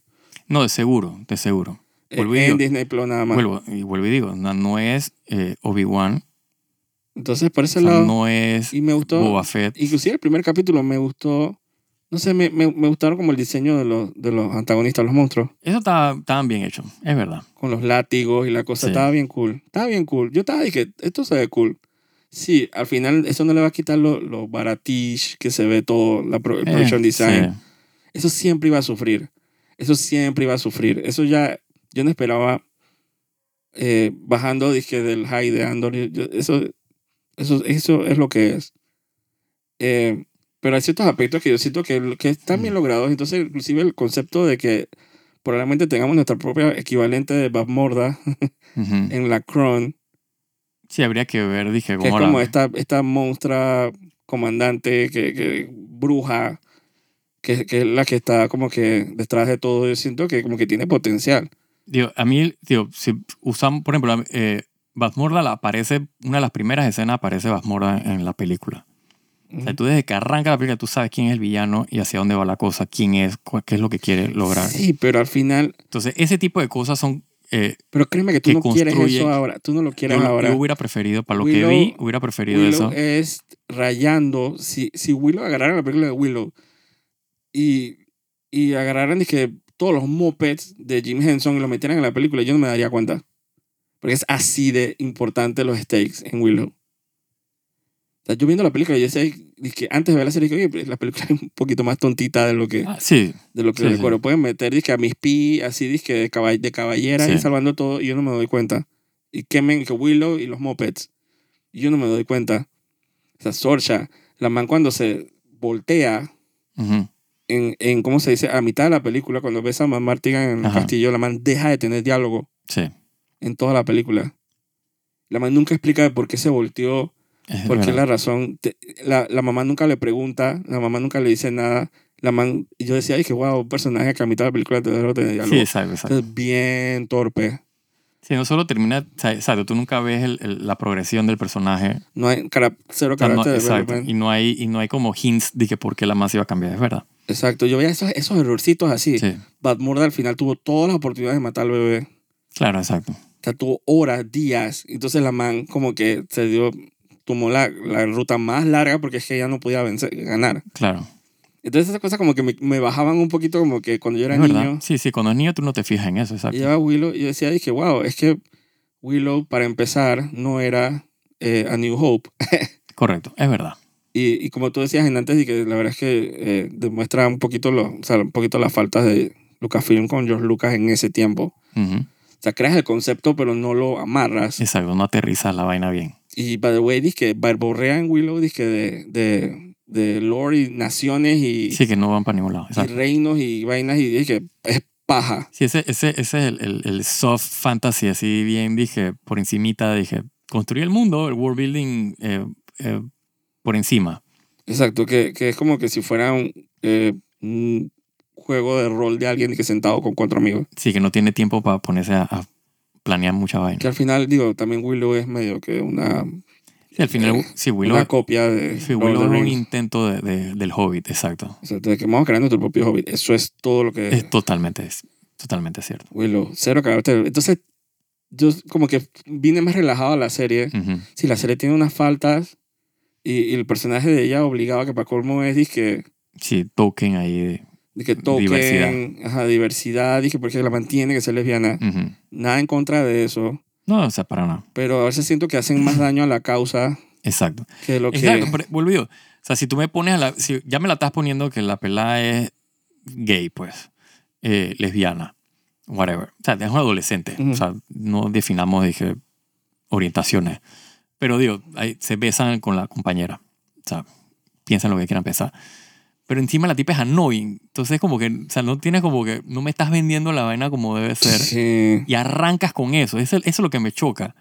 [SPEAKER 2] No, de seguro, de seguro.
[SPEAKER 1] eh,
[SPEAKER 2] Vuelvo y digo-
[SPEAKER 1] en Disney Plus nada más.
[SPEAKER 2] Vuelvo, y vuelvo y digo, no, no es eh, Obi-Wan,
[SPEAKER 1] Entonces, por
[SPEAKER 2] o
[SPEAKER 1] ese
[SPEAKER 2] sea,
[SPEAKER 1] lado.
[SPEAKER 2] no es
[SPEAKER 1] y me gustó.
[SPEAKER 2] Boba Fett.
[SPEAKER 1] Inclusive el primer capítulo me gustó. No sé, me, me, me gustaron como el diseño de los, de los antagonistas, los monstruos.
[SPEAKER 2] Eso está, está bien hecho, es verdad.
[SPEAKER 1] con los látigos y la cosa.
[SPEAKER 2] Sí.
[SPEAKER 1] Estaba bien cool. Estaba bien cool. Yo estaba dije, esto se ve cool. Sí, al final eso no le va a quitar lo, lo baratish que se ve todo, la pro- el
[SPEAKER 2] Eh,
[SPEAKER 1] production design.
[SPEAKER 2] sí.
[SPEAKER 1] Eso siempre iba a sufrir. Eso siempre iba a sufrir. Eso ya, yo no esperaba eh, bajando, dije, del high de Andor. Yo- yo- eso, eso, eso es lo que es. Eh, pero hay ciertos aspectos que yo siento que, que están bien
[SPEAKER 2] Mm.
[SPEAKER 1] logrados. Entonces, inclusive el concepto de que probablemente tengamos nuestra propia equivalente de Bab Morda
[SPEAKER 2] Ujú.
[SPEAKER 1] en la Cron,
[SPEAKER 2] Sí, habría que ver, dije,
[SPEAKER 1] que es
[SPEAKER 2] cómo
[SPEAKER 1] como
[SPEAKER 2] la-
[SPEAKER 1] esta, esta monstrua comandante, que, que- bruja, que, que es la que está como que detrás de todo. Yo siento que como que tiene potencial.
[SPEAKER 2] Digo, a mí, digo, si usamos, por ejemplo, eh, Basmorda la aparece, una de las primeras escenas aparece Basmorda en la película. O sea, tú desde que arranca la película, tú sabes quién es el villano y hacia dónde va la cosa, quién es, cuál- qué es lo que quiere lograr.
[SPEAKER 1] Sí, pero al final,
[SPEAKER 2] Entonces, ese tipo de cosas son... eh,
[SPEAKER 1] pero créeme que tú
[SPEAKER 2] Que
[SPEAKER 1] no quieres
[SPEAKER 2] construye-
[SPEAKER 1] eso ahora. Tú no lo quieres
[SPEAKER 2] yo, lo-
[SPEAKER 1] ahora.
[SPEAKER 2] yo hubiera preferido, para lo
[SPEAKER 1] Willow-
[SPEAKER 2] que vi, hubiera preferido
[SPEAKER 1] Willow
[SPEAKER 2] eso.
[SPEAKER 1] es rayando. Si, si Willow agarraran la película de Willow y, y agarraran dije, todos los mopeds de Jim Henson y los metieran en la película, yo no me daría cuenta. Porque es así de importante los stakes en Willow. O sea, yo viendo la película, yo sé que antes de ver la serie, dije, oye, pues, la película es un poquito más tontita de lo que,
[SPEAKER 2] Ah, sí,
[SPEAKER 1] de lo que
[SPEAKER 2] Sí, sí.
[SPEAKER 1] recuerdo. Pueden meter dizque, a mis pi, así dizque, de, caball- de caballera
[SPEAKER 2] Sí.
[SPEAKER 1] y salvando todo, y yo no me doy cuenta. Y quemen que Willow y los mopeds. Y yo no me doy cuenta. O sea, Sorcha, la man cuando se voltea
[SPEAKER 2] ujú,
[SPEAKER 1] en, en, ¿cómo se dice? A mitad de la película, cuando ves a Man Martigan en el
[SPEAKER 2] Ajá.
[SPEAKER 1] castillo, la man deja de tener diálogo
[SPEAKER 2] sí.
[SPEAKER 1] en toda la película. La man nunca explica de por qué se volteó,
[SPEAKER 2] es
[SPEAKER 1] por qué
[SPEAKER 2] verdad.
[SPEAKER 1] la razón. Te- la, la mamá nunca le pregunta, la mamá nunca le dice nada. La man, y yo decía, ay, que wow, un personaje que a mitad de la película te deja de tener diálogo.
[SPEAKER 2] Sí, exacto, exacto.
[SPEAKER 1] Es bien torpe.
[SPEAKER 2] Sí, no solo termina, o sea, exacto, tú nunca ves el- el- la progresión del personaje.
[SPEAKER 1] No hay cara- cero
[SPEAKER 2] O sea, no-
[SPEAKER 1] carácter de
[SPEAKER 2] exacto.
[SPEAKER 1] development.
[SPEAKER 2] Y no hay, y no hay como hints de que por qué la más iba a cambiar, es verdad.
[SPEAKER 1] Exacto. Yo veía esos, esos errorcitos así.
[SPEAKER 2] Sí,
[SPEAKER 1] Bad Murda al final tuvo todas las oportunidades de matar al bebé.
[SPEAKER 2] claro, exacto.
[SPEAKER 1] O sea, tuvo horas, días. Entonces la man como que se dio, tomó la, la ruta más larga porque es que ella no podía vencer, ganar.
[SPEAKER 2] Claro.
[SPEAKER 1] Entonces esas cosas como que me, me bajaban un poquito como que cuando yo era
[SPEAKER 2] Es verdad.
[SPEAKER 1] niño.
[SPEAKER 2] Sí, sí, cuando es niño tú no te fijas en eso,
[SPEAKER 1] Y
[SPEAKER 2] exacto.
[SPEAKER 1] llevaba a Willow y yo decía, dije, wow, es que Willow para empezar no era eh, A New Hope.
[SPEAKER 2] Correcto, es verdad.
[SPEAKER 1] Y, y como tú decías en antes, y que la verdad es que eh, demuestra un poquito, los o sea, un poquito las faltas de Lucasfilm con George Lucas en ese tiempo.
[SPEAKER 2] Ujú.
[SPEAKER 1] O sea, creas el concepto pero no lo amarras.
[SPEAKER 2] Exacto, no aterrizas la vaina bien.
[SPEAKER 1] Y by the way, que barborrea en Willow, que de, de, de lore y naciones y,
[SPEAKER 2] Sí, que no van para ningún lado.
[SPEAKER 1] y
[SPEAKER 2] Exacto.
[SPEAKER 1] reinos y vainas, y que es paja.
[SPEAKER 2] Sí, ese, ese, ese es el, el- el soft fantasy, así bien dije, por encimita, dije, construir el mundo, el world building eh, eh, por encima.
[SPEAKER 1] Exacto, que, que es como que si fuera un, eh, un juego de rol de alguien que sentado con cuatro amigos.
[SPEAKER 2] Sí, que no tiene tiempo para ponerse a, a planear mucha vaina.
[SPEAKER 1] Que al final, digo, también Willow es medio que una,
[SPEAKER 2] Sí, al final,
[SPEAKER 1] eh,
[SPEAKER 2] sí, Willow,
[SPEAKER 1] una copia de
[SPEAKER 2] sí,
[SPEAKER 1] Lord of
[SPEAKER 2] Willow
[SPEAKER 1] the
[SPEAKER 2] es un
[SPEAKER 1] Rings.
[SPEAKER 2] intento de- de- del Hobbit, exacto.
[SPEAKER 1] O sea, te- que vamos creando nuestro propio hobbit. Eso es todo lo que
[SPEAKER 2] Es totalmente, es totalmente cierto.
[SPEAKER 1] Willow. Cero carácter. Entonces, yo como que vine más relajado a la serie.
[SPEAKER 2] Ujú.
[SPEAKER 1] si la serie tiene unas faltas y, y el personaje de ella obligado a que para colmo es dizque,
[SPEAKER 2] Sí, token ahí. de-
[SPEAKER 1] que toquen
[SPEAKER 2] Diversidad.
[SPEAKER 1] Ajá, diversidad dizque, porque la mantiene que sea lesbiana
[SPEAKER 2] ujú.
[SPEAKER 1] nada en contra de eso
[SPEAKER 2] No, o sea, para nada.
[SPEAKER 1] pero a veces siento que hacen más daño a la causa
[SPEAKER 2] Exacto.
[SPEAKER 1] que lo que
[SPEAKER 2] Exacto, pero vuelvo yo. O sea, si tú me pones a la. Si ya me la estás poniendo que la pelada es gay, pues. eh, lesbiana. Whatever. O sea, es un adolescente.
[SPEAKER 1] Ujú.
[SPEAKER 2] O sea, no definamos, dije, orientaciones. Pero digo, ahí se besan con la compañera. O sea, piensan lo que quieran pensar. Pero encima la tipa es annoying. Entonces, como que. O sea, no tienes como que. No me estás vendiendo la vaina como debe ser.
[SPEAKER 1] sí.
[SPEAKER 2] Y arrancas con eso. Eso, eso es lo que me choca.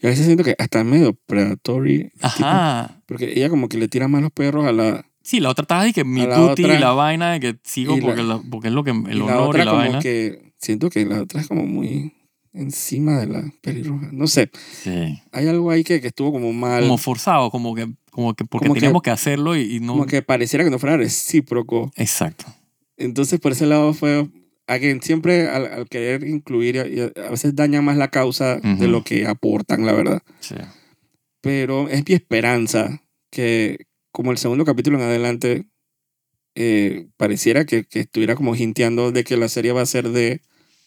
[SPEAKER 1] Y a veces siento que hasta es medio predatory el tipo,
[SPEAKER 2] Ajá.
[SPEAKER 1] porque ella como que le tira más los perros a la
[SPEAKER 2] Sí, la otra estaba de que mi
[SPEAKER 1] la
[SPEAKER 2] duty
[SPEAKER 1] otra-
[SPEAKER 2] y la vaina de que sigo
[SPEAKER 1] y la-
[SPEAKER 2] porque, la- porque es lo que
[SPEAKER 1] y
[SPEAKER 2] el
[SPEAKER 1] la
[SPEAKER 2] honor
[SPEAKER 1] otra
[SPEAKER 2] y la
[SPEAKER 1] como
[SPEAKER 2] vaina.
[SPEAKER 1] que siento que la otra es como muy encima de la pelirroja no sé
[SPEAKER 2] Sí.
[SPEAKER 1] hay algo ahí que, que estuvo como mal
[SPEAKER 2] Como forzado, como que, como que porque
[SPEAKER 1] Como que-
[SPEAKER 2] teníamos que, hacerlo y, y no.
[SPEAKER 1] como que pareciera que no fuera recíproco.
[SPEAKER 2] Exacto.
[SPEAKER 1] Entonces, por ese lado fue, again, siempre al, al querer incluir, y a, a veces dañan más la causa de
[SPEAKER 2] Ujú.
[SPEAKER 1] lo que aportan, la verdad.
[SPEAKER 2] Sí.
[SPEAKER 1] Pero es mi esperanza que, como el segundo capítulo en adelante, eh, pareciera que, que estuviera como hinteando de que la serie va a ser de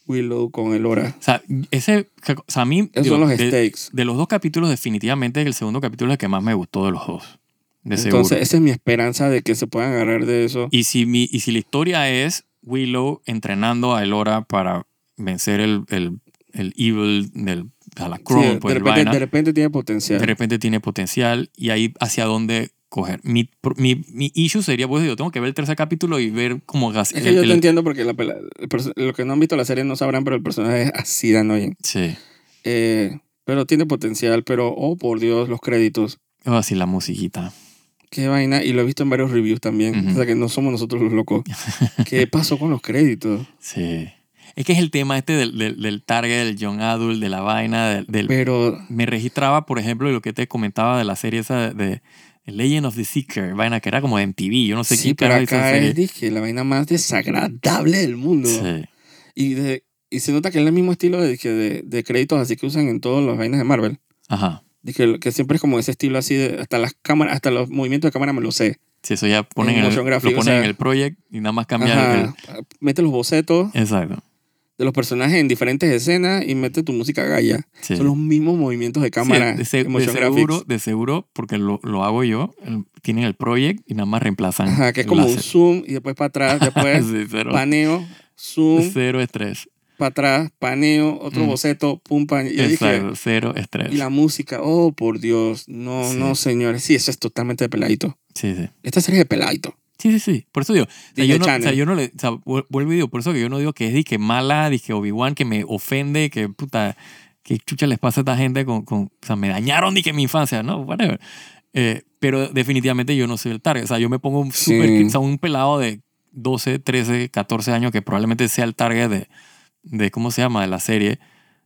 [SPEAKER 1] Willow con el Hora.
[SPEAKER 2] O sea, ese. O sea, a mí.
[SPEAKER 1] Esos
[SPEAKER 2] digo,
[SPEAKER 1] son los
[SPEAKER 2] de,
[SPEAKER 1] stakes.
[SPEAKER 2] de los dos capítulos, definitivamente el segundo capítulo es el que más me gustó de los dos. De seguro.
[SPEAKER 1] Entonces, eh, esa es mi esperanza de que se puedan agarrar de eso.
[SPEAKER 2] y, si mi, y si la historia es Willow entrenando a Elora para vencer el, el, el evil del. A la
[SPEAKER 1] Sí,
[SPEAKER 2] Chrome,
[SPEAKER 1] de,
[SPEAKER 2] pues, el
[SPEAKER 1] repente,
[SPEAKER 2] vaina.
[SPEAKER 1] de repente tiene potencial.
[SPEAKER 2] de repente tiene potencial y ahí hacia dónde coger. Mi, pro- mi, mi issue sería, pues yo tengo que ver el tercer capítulo y ver cómo gas-
[SPEAKER 1] Es que
[SPEAKER 2] el-
[SPEAKER 1] yo te
[SPEAKER 2] el-
[SPEAKER 1] entiendo porque la pela- el perso- lo que no han visto la serie no sabrán, pero el personaje es así de annoying.
[SPEAKER 2] Sí,
[SPEAKER 1] Eh, pero tiene potencial, pero oh por Dios, los créditos.
[SPEAKER 2] o así la musiquita.
[SPEAKER 1] Qué vaina, y lo he visto en varios reviews también.
[SPEAKER 2] Ujú.
[SPEAKER 1] O sea que no somos nosotros los locos. ¿Qué pasó con los créditos?
[SPEAKER 2] Sí. Es que es el tema este del, del, del target, del young adult, de la vaina, del... del-
[SPEAKER 1] Pero
[SPEAKER 2] me registraba, por ejemplo, lo que te comentaba de la serie esa de, de Legend of the Seeker, vaina que era como de MTV, yo no sé
[SPEAKER 1] sí,
[SPEAKER 2] quién
[SPEAKER 1] pero
[SPEAKER 2] carajo hizo esa
[SPEAKER 1] acá es
[SPEAKER 2] serie.
[SPEAKER 1] dije, la vaina más desagradable del mundo.
[SPEAKER 2] Sí,
[SPEAKER 1] Y, de- y se nota que es el mismo estilo de, que de, de créditos así que usan en todas las vainas de Marvel.
[SPEAKER 2] ajá.
[SPEAKER 1] Dije, que siempre es como ese estilo así, de, hasta las cámaras, hasta los movimientos de cámara me lo sé.
[SPEAKER 2] Sí, eso ya ponen
[SPEAKER 1] En
[SPEAKER 2] en el,
[SPEAKER 1] motion
[SPEAKER 2] lo
[SPEAKER 1] graphic, o
[SPEAKER 2] ponen
[SPEAKER 1] sea-
[SPEAKER 2] en el project y nada más cambian el-
[SPEAKER 1] Ajá. Mete los bocetos
[SPEAKER 2] Exacto.
[SPEAKER 1] de los personajes en diferentes escenas y mete tu música gaya.
[SPEAKER 2] Sí.
[SPEAKER 1] Son los mismos movimientos de cámara.
[SPEAKER 2] Sí, de, se-
[SPEAKER 1] en motion
[SPEAKER 2] de seguro,
[SPEAKER 1] graphics.
[SPEAKER 2] de seguro, porque lo, lo hago yo, el- tienen el project y nada más reemplazan.
[SPEAKER 1] Ajá, que es
[SPEAKER 2] el
[SPEAKER 1] como un
[SPEAKER 2] láser.
[SPEAKER 1] zoom y después para atrás, después
[SPEAKER 2] Sí, cero,
[SPEAKER 1] paneo, zoom,
[SPEAKER 2] cero estrés.
[SPEAKER 1] para atrás, paneo, otro
[SPEAKER 2] Mm.
[SPEAKER 1] boceto, pum, paneo. Y yo dije,
[SPEAKER 2] Exacto, cero estrés.
[SPEAKER 1] y la música, oh por Dios, no,
[SPEAKER 2] Sí.
[SPEAKER 1] no señores, sí, eso es totalmente de peladito.
[SPEAKER 2] Sí, sí.
[SPEAKER 1] Esta serie es de peladito.
[SPEAKER 2] Sí, sí, sí. Por eso digo, o sea,
[SPEAKER 1] Disney
[SPEAKER 2] yo, no, o sea,
[SPEAKER 1] Channel.
[SPEAKER 2] yo no le, o sea, vu- vuelvo y digo, por eso que yo no digo que es dije mala, dije Obi-Wan, que me ofende, que puta, que chucha les pasa a esta gente con, con o sea, me dañaron, dije mi infancia, no, whatever. Eh, pero definitivamente yo no soy el target, o sea, yo me pongo un
[SPEAKER 1] Sí.
[SPEAKER 2] super, o sea, un pelado de 12, 13, 14 años que probablemente sea el target de, de ¿cómo se llama?, de la serie.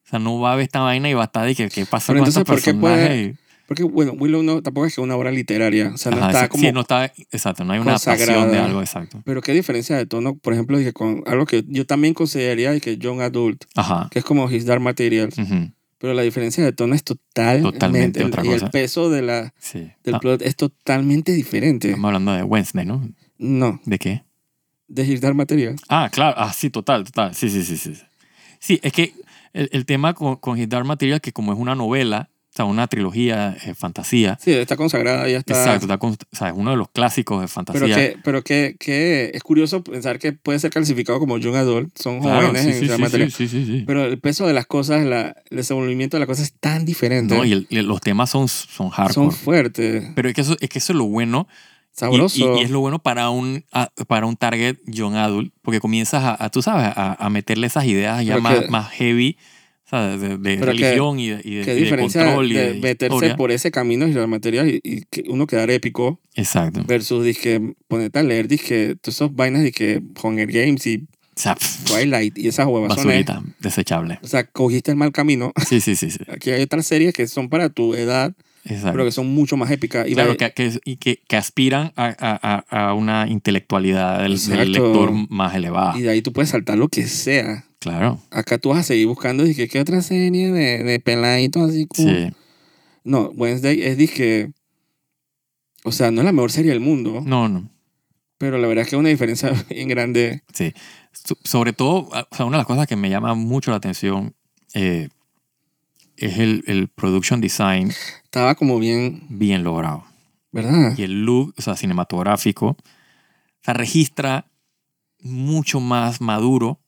[SPEAKER 2] O sea, no va a ver esta vaina y va a estar, dije, ¿qué pasa
[SPEAKER 1] Pero
[SPEAKER 2] con
[SPEAKER 1] entonces,
[SPEAKER 2] estos
[SPEAKER 1] ¿por qué
[SPEAKER 2] personajes?
[SPEAKER 1] puede-
[SPEAKER 2] Y-
[SPEAKER 1] Porque, bueno, Willow no, tampoco es que es una obra literaria. O sea, no
[SPEAKER 2] Ajá,
[SPEAKER 1] está
[SPEAKER 2] exacto.
[SPEAKER 1] como
[SPEAKER 2] Sí, no está, exacto, no hay una pasión de
[SPEAKER 1] consagrada.
[SPEAKER 2] algo, exacto.
[SPEAKER 1] Pero qué diferencia de tono, por ejemplo, dije, con algo que yo también consideraría de que Young Adult,
[SPEAKER 2] Ajá.
[SPEAKER 1] que es como His Dark Materials.
[SPEAKER 2] Ujú,
[SPEAKER 1] Pero la diferencia de tono es totalmente.
[SPEAKER 2] Mm. Totalmente otra
[SPEAKER 1] Y el
[SPEAKER 2] cosa.
[SPEAKER 1] peso de la,
[SPEAKER 2] sí.
[SPEAKER 1] del
[SPEAKER 2] Ah,
[SPEAKER 1] plot es totalmente diferente.
[SPEAKER 2] Estamos hablando de Wednesday, ¿no?
[SPEAKER 1] No,
[SPEAKER 2] ¿De qué?
[SPEAKER 1] de His Dark Materials.
[SPEAKER 2] Ah, claro. Ah, sí, total, total. Sí, sí, sí, sí. Sí, es que el, el tema con, con His Dark Materials, que como es una novela, o sea, una trilogía, eh, fantasía,
[SPEAKER 1] Sí, está consagrada, ya está.
[SPEAKER 2] exacto, está con- o sea, es uno de los clásicos de
[SPEAKER 1] Ah. Pero,
[SPEAKER 2] fantasía.
[SPEAKER 1] que, pero que, que es curioso pensar que puede ser clasificado como Young Adult. Son
[SPEAKER 2] claro,
[SPEAKER 1] jóvenes
[SPEAKER 2] sí,
[SPEAKER 1] en
[SPEAKER 2] sí,
[SPEAKER 1] His Dark
[SPEAKER 2] sí, sí,
[SPEAKER 1] Materials.
[SPEAKER 2] sí, sí, sí.
[SPEAKER 1] Pero el peso de las cosas, la, el desenvolvimiento de las cosas es tan diferente.
[SPEAKER 2] No, y el- y los temas son, son
[SPEAKER 1] son
[SPEAKER 2] hardcore.
[SPEAKER 1] fuertes,
[SPEAKER 2] pero es que, eso, es que eso es lo bueno Y-
[SPEAKER 1] sabrosos.
[SPEAKER 2] Y, y es lo bueno para un, a- para un target young adult, porque comienzas a, a, tú sabes, a, a meterle esas ideas ya
[SPEAKER 1] Pero
[SPEAKER 2] más,
[SPEAKER 1] que-
[SPEAKER 2] más heavy, o sea, de, de
[SPEAKER 1] Pero que-
[SPEAKER 2] religión y de, y de-
[SPEAKER 1] Qué
[SPEAKER 2] y de
[SPEAKER 1] diferencia
[SPEAKER 2] control y
[SPEAKER 1] de
[SPEAKER 2] de,
[SPEAKER 1] meterse
[SPEAKER 2] historia.
[SPEAKER 1] por ese camino y las materias y, y que uno quedar épico
[SPEAKER 2] Exacto.
[SPEAKER 1] versus dizque, ponerte a leer dizque, todas esas vainas de que Hunger Games y
[SPEAKER 2] O sea, pff,
[SPEAKER 1] Twilight y esas huevazones.
[SPEAKER 2] basurita, desechable.
[SPEAKER 1] O sea, cogiste el mal camino.
[SPEAKER 2] Sí, sí, sí, sí.
[SPEAKER 1] Aquí hay otras series que son para tu edad, pero
[SPEAKER 2] Exacto.
[SPEAKER 1] que son mucho más épicas. Y
[SPEAKER 2] claro,
[SPEAKER 1] ve-
[SPEAKER 2] que, que, y que, que aspiran a, a, a- a una intelectualidad del, del
[SPEAKER 1] Exacto.
[SPEAKER 2] lector más elevada.
[SPEAKER 1] y de ahí tú puedes saltar lo que sea.
[SPEAKER 2] Claro.
[SPEAKER 1] Acá tú vas a seguir buscando, dije, ¿qué otra serie de, de peladitos así? cool?
[SPEAKER 2] Sí.
[SPEAKER 1] No, Wednesday es, dije, o sea, no es la mejor serie del mundo,
[SPEAKER 2] No, no.
[SPEAKER 1] pero la verdad es que es una diferencia bien grande.
[SPEAKER 2] So- sobre todo, a- o sea, una de las cosas que me llama mucho la atención eh, es el, el production design
[SPEAKER 1] estaba como bien,
[SPEAKER 2] bien logrado.
[SPEAKER 1] ¿verdad?
[SPEAKER 2] Y el look, o sea, cinematográfico, o sea, registra mucho más maduro. O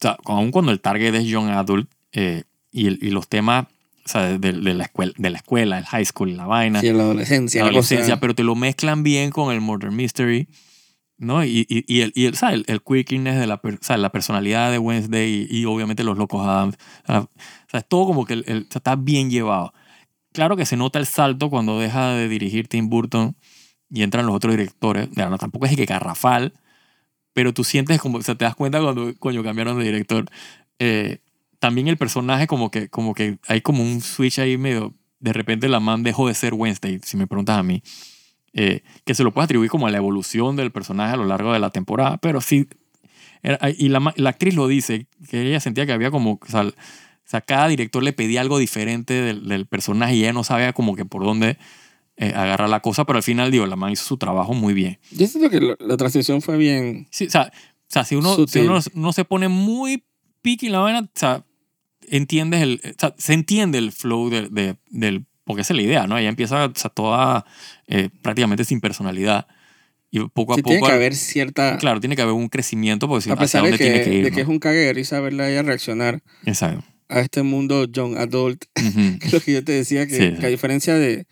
[SPEAKER 2] sea, aun cuando el target es young adult eh, y, el- y los temas o sea, de, de la escuela, de la escuela, el high school, y la vaina,
[SPEAKER 1] Sí, en la adolescencia.
[SPEAKER 2] eh. la
[SPEAKER 1] la cosa.
[SPEAKER 2] adolescencia, pero te lo mezclan bien con el murder mystery, ¿no? Y, y, y el, y el, ¿sabes? el, el quirkiness de la, per- o sea, la personalidad de Wednesday y, y obviamente los locos Adams. O sea, o sea, es todo como que el- el- o sea, está bien llevado. Claro que se nota el salto cuando deja de dirigir Tim Burton y entran los otros directores. Mira, no, tampoco es que garrafal, pero tú sientes como, o sea, te das cuenta cuando coño, cambiaron de director. Eh, también el personaje como que, como que hay como un switch ahí medio, de repente la man dejó de ser Wednesday, si me preguntas a mí, Eh, que se lo puede atribuir como a la evolución del personaje a lo largo de la temporada, pero sí, era- y la, ma- la actriz lo dice, que ella sentía que había como, o sea, o sea, cada director le pedía algo diferente del, del personaje y ella no sabía como que por dónde eh, agarrar la cosa, pero al final, digo, la man hizo su trabajo muy bien.
[SPEAKER 1] Yo siento que lo- la transición fue bien.
[SPEAKER 2] Sí, o sea, o sea, si uno, si
[SPEAKER 1] Sutil.
[SPEAKER 2] uno no se pone muy piqui en la vaina, o sea, entiendes el, o sea, se entiende el flow de- de- del, porque esa es la idea, ¿no? Ella empieza o sea, toda eh, prácticamente sin personalidad y poco a
[SPEAKER 1] Sí,
[SPEAKER 2] poco,
[SPEAKER 1] tiene que haber cierta.
[SPEAKER 2] claro, tiene que haber un crecimiento porque si-
[SPEAKER 1] a
[SPEAKER 2] hacia
[SPEAKER 1] pesar de
[SPEAKER 2] dónde
[SPEAKER 1] que,
[SPEAKER 2] tiene que
[SPEAKER 1] de
[SPEAKER 2] ir,
[SPEAKER 1] que es
[SPEAKER 2] ¿no?
[SPEAKER 1] un cague de risa verla a ella reaccionar
[SPEAKER 2] Exacto.
[SPEAKER 1] a este mundo young adult.
[SPEAKER 2] Ujú.
[SPEAKER 1] Que es lo que yo te decía, que,
[SPEAKER 2] Sí, sí.
[SPEAKER 1] que a diferencia de.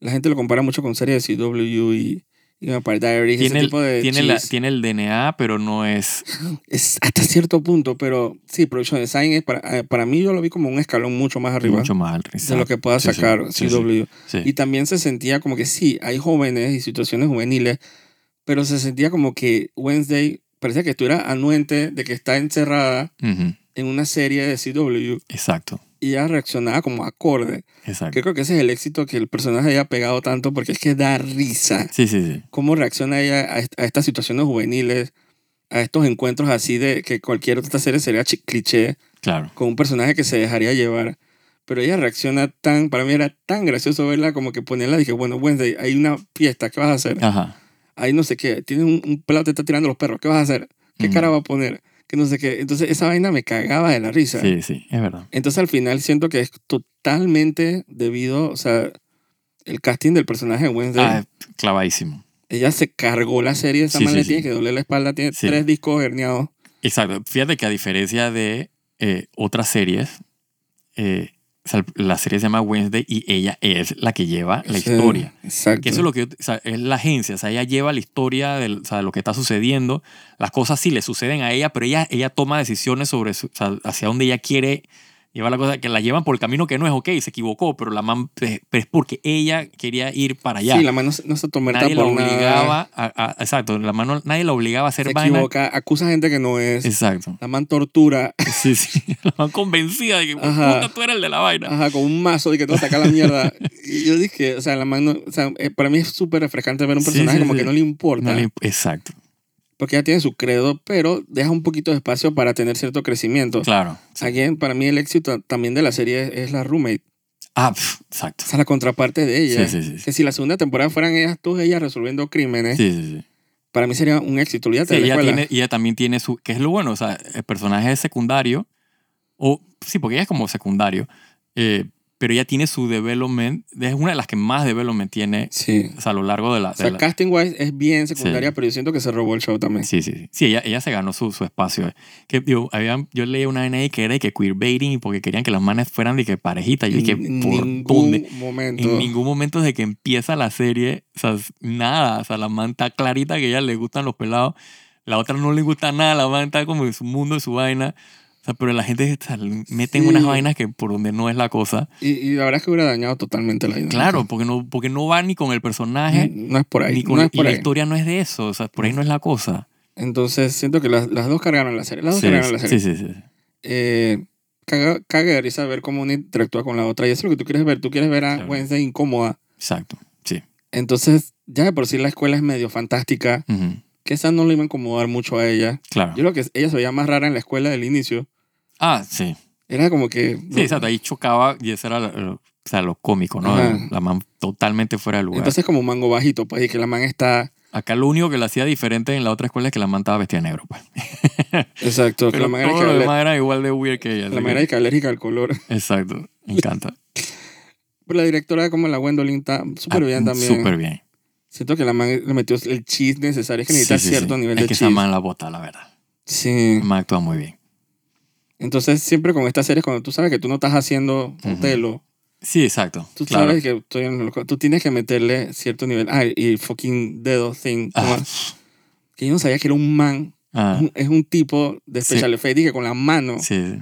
[SPEAKER 1] La gente lo compara mucho con series de CW y. y Vampire Diaries, ese
[SPEAKER 2] Tiene, el,
[SPEAKER 1] tipo de
[SPEAKER 2] tiene, la-
[SPEAKER 1] cheese.
[SPEAKER 2] tiene el DNA, pero no es...
[SPEAKER 1] es hasta cierto punto, pero sí, Production Design es para, eh, para mí yo lo vi como un escalón mucho más arriba
[SPEAKER 2] Mucho más
[SPEAKER 1] de lo que pueda
[SPEAKER 2] Sí, sí.
[SPEAKER 1] sacar
[SPEAKER 2] Sí, sí.
[SPEAKER 1] CW.
[SPEAKER 2] Sí.
[SPEAKER 1] Y también se sentía como que sí, hay jóvenes y situaciones juveniles, pero se sentía como que Wednesday parecía que estuviera anuente de que está encerrada
[SPEAKER 2] Ujú.
[SPEAKER 1] en una serie de CW
[SPEAKER 2] Exacto,
[SPEAKER 1] y ella reaccionaba como acorde.
[SPEAKER 2] exacto.
[SPEAKER 1] Que creo que ese es el éxito que el personaje haya pegado tanto porque es que da risa
[SPEAKER 2] Sí, sí, sí.
[SPEAKER 1] cómo reacciona ella a, est- a estas situaciones juveniles, a estos encuentros así de que cualquier otra serie sería chi- cliché
[SPEAKER 2] Claro.
[SPEAKER 1] con un personaje que se dejaría llevar. Pero ella reacciona tan, para mí era tan gracioso verla como que ponerla, dije, bueno, Wednesday, hay una fiesta, ¿qué vas a hacer?
[SPEAKER 2] Ajá.
[SPEAKER 1] Hay no sé qué, tiene un, un pelado, te está tirando los perros, ¿qué vas a hacer? ¿Qué
[SPEAKER 2] Mm.
[SPEAKER 1] cara va a poner? ¿Qué que no sé qué. Entonces esa vaina me cagaba de la risa.
[SPEAKER 2] Sí, sí, es verdad.
[SPEAKER 1] Entonces al final siento que es totalmente debido, o sea, el casting del personaje de Wednesday.
[SPEAKER 2] Ah, clavadísimo.
[SPEAKER 1] Ella se cargó la serie, esa
[SPEAKER 2] Sí,
[SPEAKER 1] man
[SPEAKER 2] sí,
[SPEAKER 1] le
[SPEAKER 2] sí.
[SPEAKER 1] tiene que doler la espalda, tiene
[SPEAKER 2] Sí.
[SPEAKER 1] tres discos herniados.
[SPEAKER 2] Exacto. Fíjate que a diferencia de eh, otras series, eh, o sea, la serie se llama Wednesday y ella es la que lleva la
[SPEAKER 1] Sí,
[SPEAKER 2] historia.
[SPEAKER 1] Exacto.
[SPEAKER 2] Que eso es lo que yo- o sea, es la agencia, o sea, ella lleva la historia del- o sea, de lo que está sucediendo, las cosas sí le suceden a ella, pero ella, ella toma decisiones sobre su- o sea, hacia dónde ella quiere llevar la cosa, que la llevan por el camino que no es ok, se equivocó, pero la man, pe- pero es porque ella quería ir para allá.
[SPEAKER 1] Sí, la mano no se toma
[SPEAKER 2] nadie la
[SPEAKER 1] por nada.
[SPEAKER 2] obligaba a, a- exacto, la mano, nadie la obligaba a
[SPEAKER 1] Se
[SPEAKER 2] hacer vaina.
[SPEAKER 1] equivoca, acusa gente que no es.
[SPEAKER 2] Exacto.
[SPEAKER 1] La man tortura,
[SPEAKER 2] Sí, sí. La man convencida de que
[SPEAKER 1] Ajá.
[SPEAKER 2] puta tú eres el de la vaina.
[SPEAKER 1] ajá, con un mazo y que todo saca la mierda. Y yo dije, o sea, la man no- o sea, eh, para mí es súper refrescante ver un
[SPEAKER 2] Sí,
[SPEAKER 1] personaje
[SPEAKER 2] sí,
[SPEAKER 1] como
[SPEAKER 2] sí.
[SPEAKER 1] que no le importa.
[SPEAKER 2] No le imp- exacto.
[SPEAKER 1] porque ella tiene su credo, pero deja un poquito de espacio para tener cierto crecimiento.
[SPEAKER 2] Claro. Sí.
[SPEAKER 1] Again, para mí el éxito también de la serie es, es la roommate,
[SPEAKER 2] Ah, pf, exacto.
[SPEAKER 1] o sea, la contraparte de ella.
[SPEAKER 2] Sí, sí, sí. sí.
[SPEAKER 1] Que si la segunda temporada fueran ellas, todas ellas resolviendo crímenes,
[SPEAKER 2] Sí, sí, sí.
[SPEAKER 1] para mí sería un éxito. Olvídate
[SPEAKER 2] Sí,
[SPEAKER 1] de la
[SPEAKER 2] ella,
[SPEAKER 1] escuela.
[SPEAKER 2] tiene, y ella también tiene su... que es lo bueno? O sea, el personaje es secundario. O, sí, porque ella es como secundario. eh, pero ella tiene su development. Es una de las que más development tiene
[SPEAKER 1] Sí.
[SPEAKER 2] o sea, a lo largo de la...
[SPEAKER 1] O
[SPEAKER 2] de
[SPEAKER 1] sea,
[SPEAKER 2] la-
[SPEAKER 1] casting wise es bien secundaria,
[SPEAKER 2] Sí.
[SPEAKER 1] pero yo siento que se robó el show también.
[SPEAKER 2] sí, sí, sí. Sí, ella, ella se ganó su, su espacio. eh. Que, digo, había- yo leí una NA que era de que queerbaiting porque querían que las manes fueran de que parejitas. Y que,
[SPEAKER 1] En
[SPEAKER 2] ¿por
[SPEAKER 1] ningún
[SPEAKER 2] dónde?
[SPEAKER 1] momento.
[SPEAKER 2] En ningún momento desde que empieza la serie, o sea, nada, o sea, la man está clarita que a ella le gustan los pelados, la otra no le gusta nada, la man está como en su mundo, en su vaina, o sea, pero la gente o sea, le meten
[SPEAKER 1] Sí.
[SPEAKER 2] unas vainas que por donde no es la cosa.
[SPEAKER 1] Y, y la verdad es que hubiera dañado totalmente la idea.
[SPEAKER 2] Claro, porque no, porque no va ni con el personaje,
[SPEAKER 1] No es por ahí.
[SPEAKER 2] ni con
[SPEAKER 1] no
[SPEAKER 2] la-
[SPEAKER 1] es
[SPEAKER 2] y
[SPEAKER 1] por
[SPEAKER 2] la
[SPEAKER 1] ahí.
[SPEAKER 2] historia no es de eso, o sea, por ahí no es la cosa.
[SPEAKER 1] Entonces siento que las, las dos cargaron la serie. Las dos
[SPEAKER 2] Sí,
[SPEAKER 1] cargaron la serie.
[SPEAKER 2] sí, sí, sí.
[SPEAKER 1] eh, caga, caga de risa ver cómo una interactúa con la otra. Y eso es lo que tú quieres ver. Tú quieres ver a
[SPEAKER 2] Claro.
[SPEAKER 1] Wednesday incómoda.
[SPEAKER 2] exacto, sí.
[SPEAKER 1] Entonces, ya de por sí la escuela es medio fantástica.
[SPEAKER 2] Ujú,
[SPEAKER 1] Que esa no le iba a incomodar mucho a ella.
[SPEAKER 2] Claro.
[SPEAKER 1] Yo creo que ella se veía más rara en la escuela del inicio.
[SPEAKER 2] Ah, sí.
[SPEAKER 1] Era como que...
[SPEAKER 2] Sí, exacto, ahí chocaba y eso era lo, lo- o sea, lo cómico, ¿no?
[SPEAKER 1] Ajá.
[SPEAKER 2] La man totalmente fuera de lugar.
[SPEAKER 1] Entonces como un mango bajito, pues, y que la man está...
[SPEAKER 2] Acá lo único que la hacía diferente en la otra escuela es que la man estaba vestida de negro. Pues.
[SPEAKER 1] Exacto, que
[SPEAKER 2] Pero
[SPEAKER 1] la man era
[SPEAKER 2] todo
[SPEAKER 1] que
[SPEAKER 2] lo
[SPEAKER 1] ale-
[SPEAKER 2] demás era igual de weird que ella.
[SPEAKER 1] la
[SPEAKER 2] así
[SPEAKER 1] man era que alérgica al color.
[SPEAKER 2] que- Exacto, me encanta.
[SPEAKER 1] Pero la directora como la Gwendolyn está súper bien
[SPEAKER 2] Ah,
[SPEAKER 1] también.
[SPEAKER 2] Súper bien.
[SPEAKER 1] Siento que la man le metió el cheese necesario. Es que necesita
[SPEAKER 2] Sí, sí,
[SPEAKER 1] cierto
[SPEAKER 2] sí.
[SPEAKER 1] nivel
[SPEAKER 2] es
[SPEAKER 1] de
[SPEAKER 2] que
[SPEAKER 1] cheese.
[SPEAKER 2] esa man la bota, la verdad.
[SPEAKER 1] Sí.
[SPEAKER 2] La man actúa muy bien.
[SPEAKER 1] Entonces, siempre con estas series, cuando tú sabes que tú no estás haciendo un
[SPEAKER 2] Ujú.
[SPEAKER 1] telo,
[SPEAKER 2] Sí, exacto.
[SPEAKER 1] tú
[SPEAKER 2] claro.
[SPEAKER 1] sabes que estoy en lo- tú tienes que meterle cierto nivel. Ah, y fucking dedo thing.
[SPEAKER 2] Ah,
[SPEAKER 1] ¿cómo es? Que yo no sabía que era un man.
[SPEAKER 2] ah,
[SPEAKER 1] Es un- Es un tipo de
[SPEAKER 2] Sí.
[SPEAKER 1] special effects y que con la mano
[SPEAKER 2] sí, sí.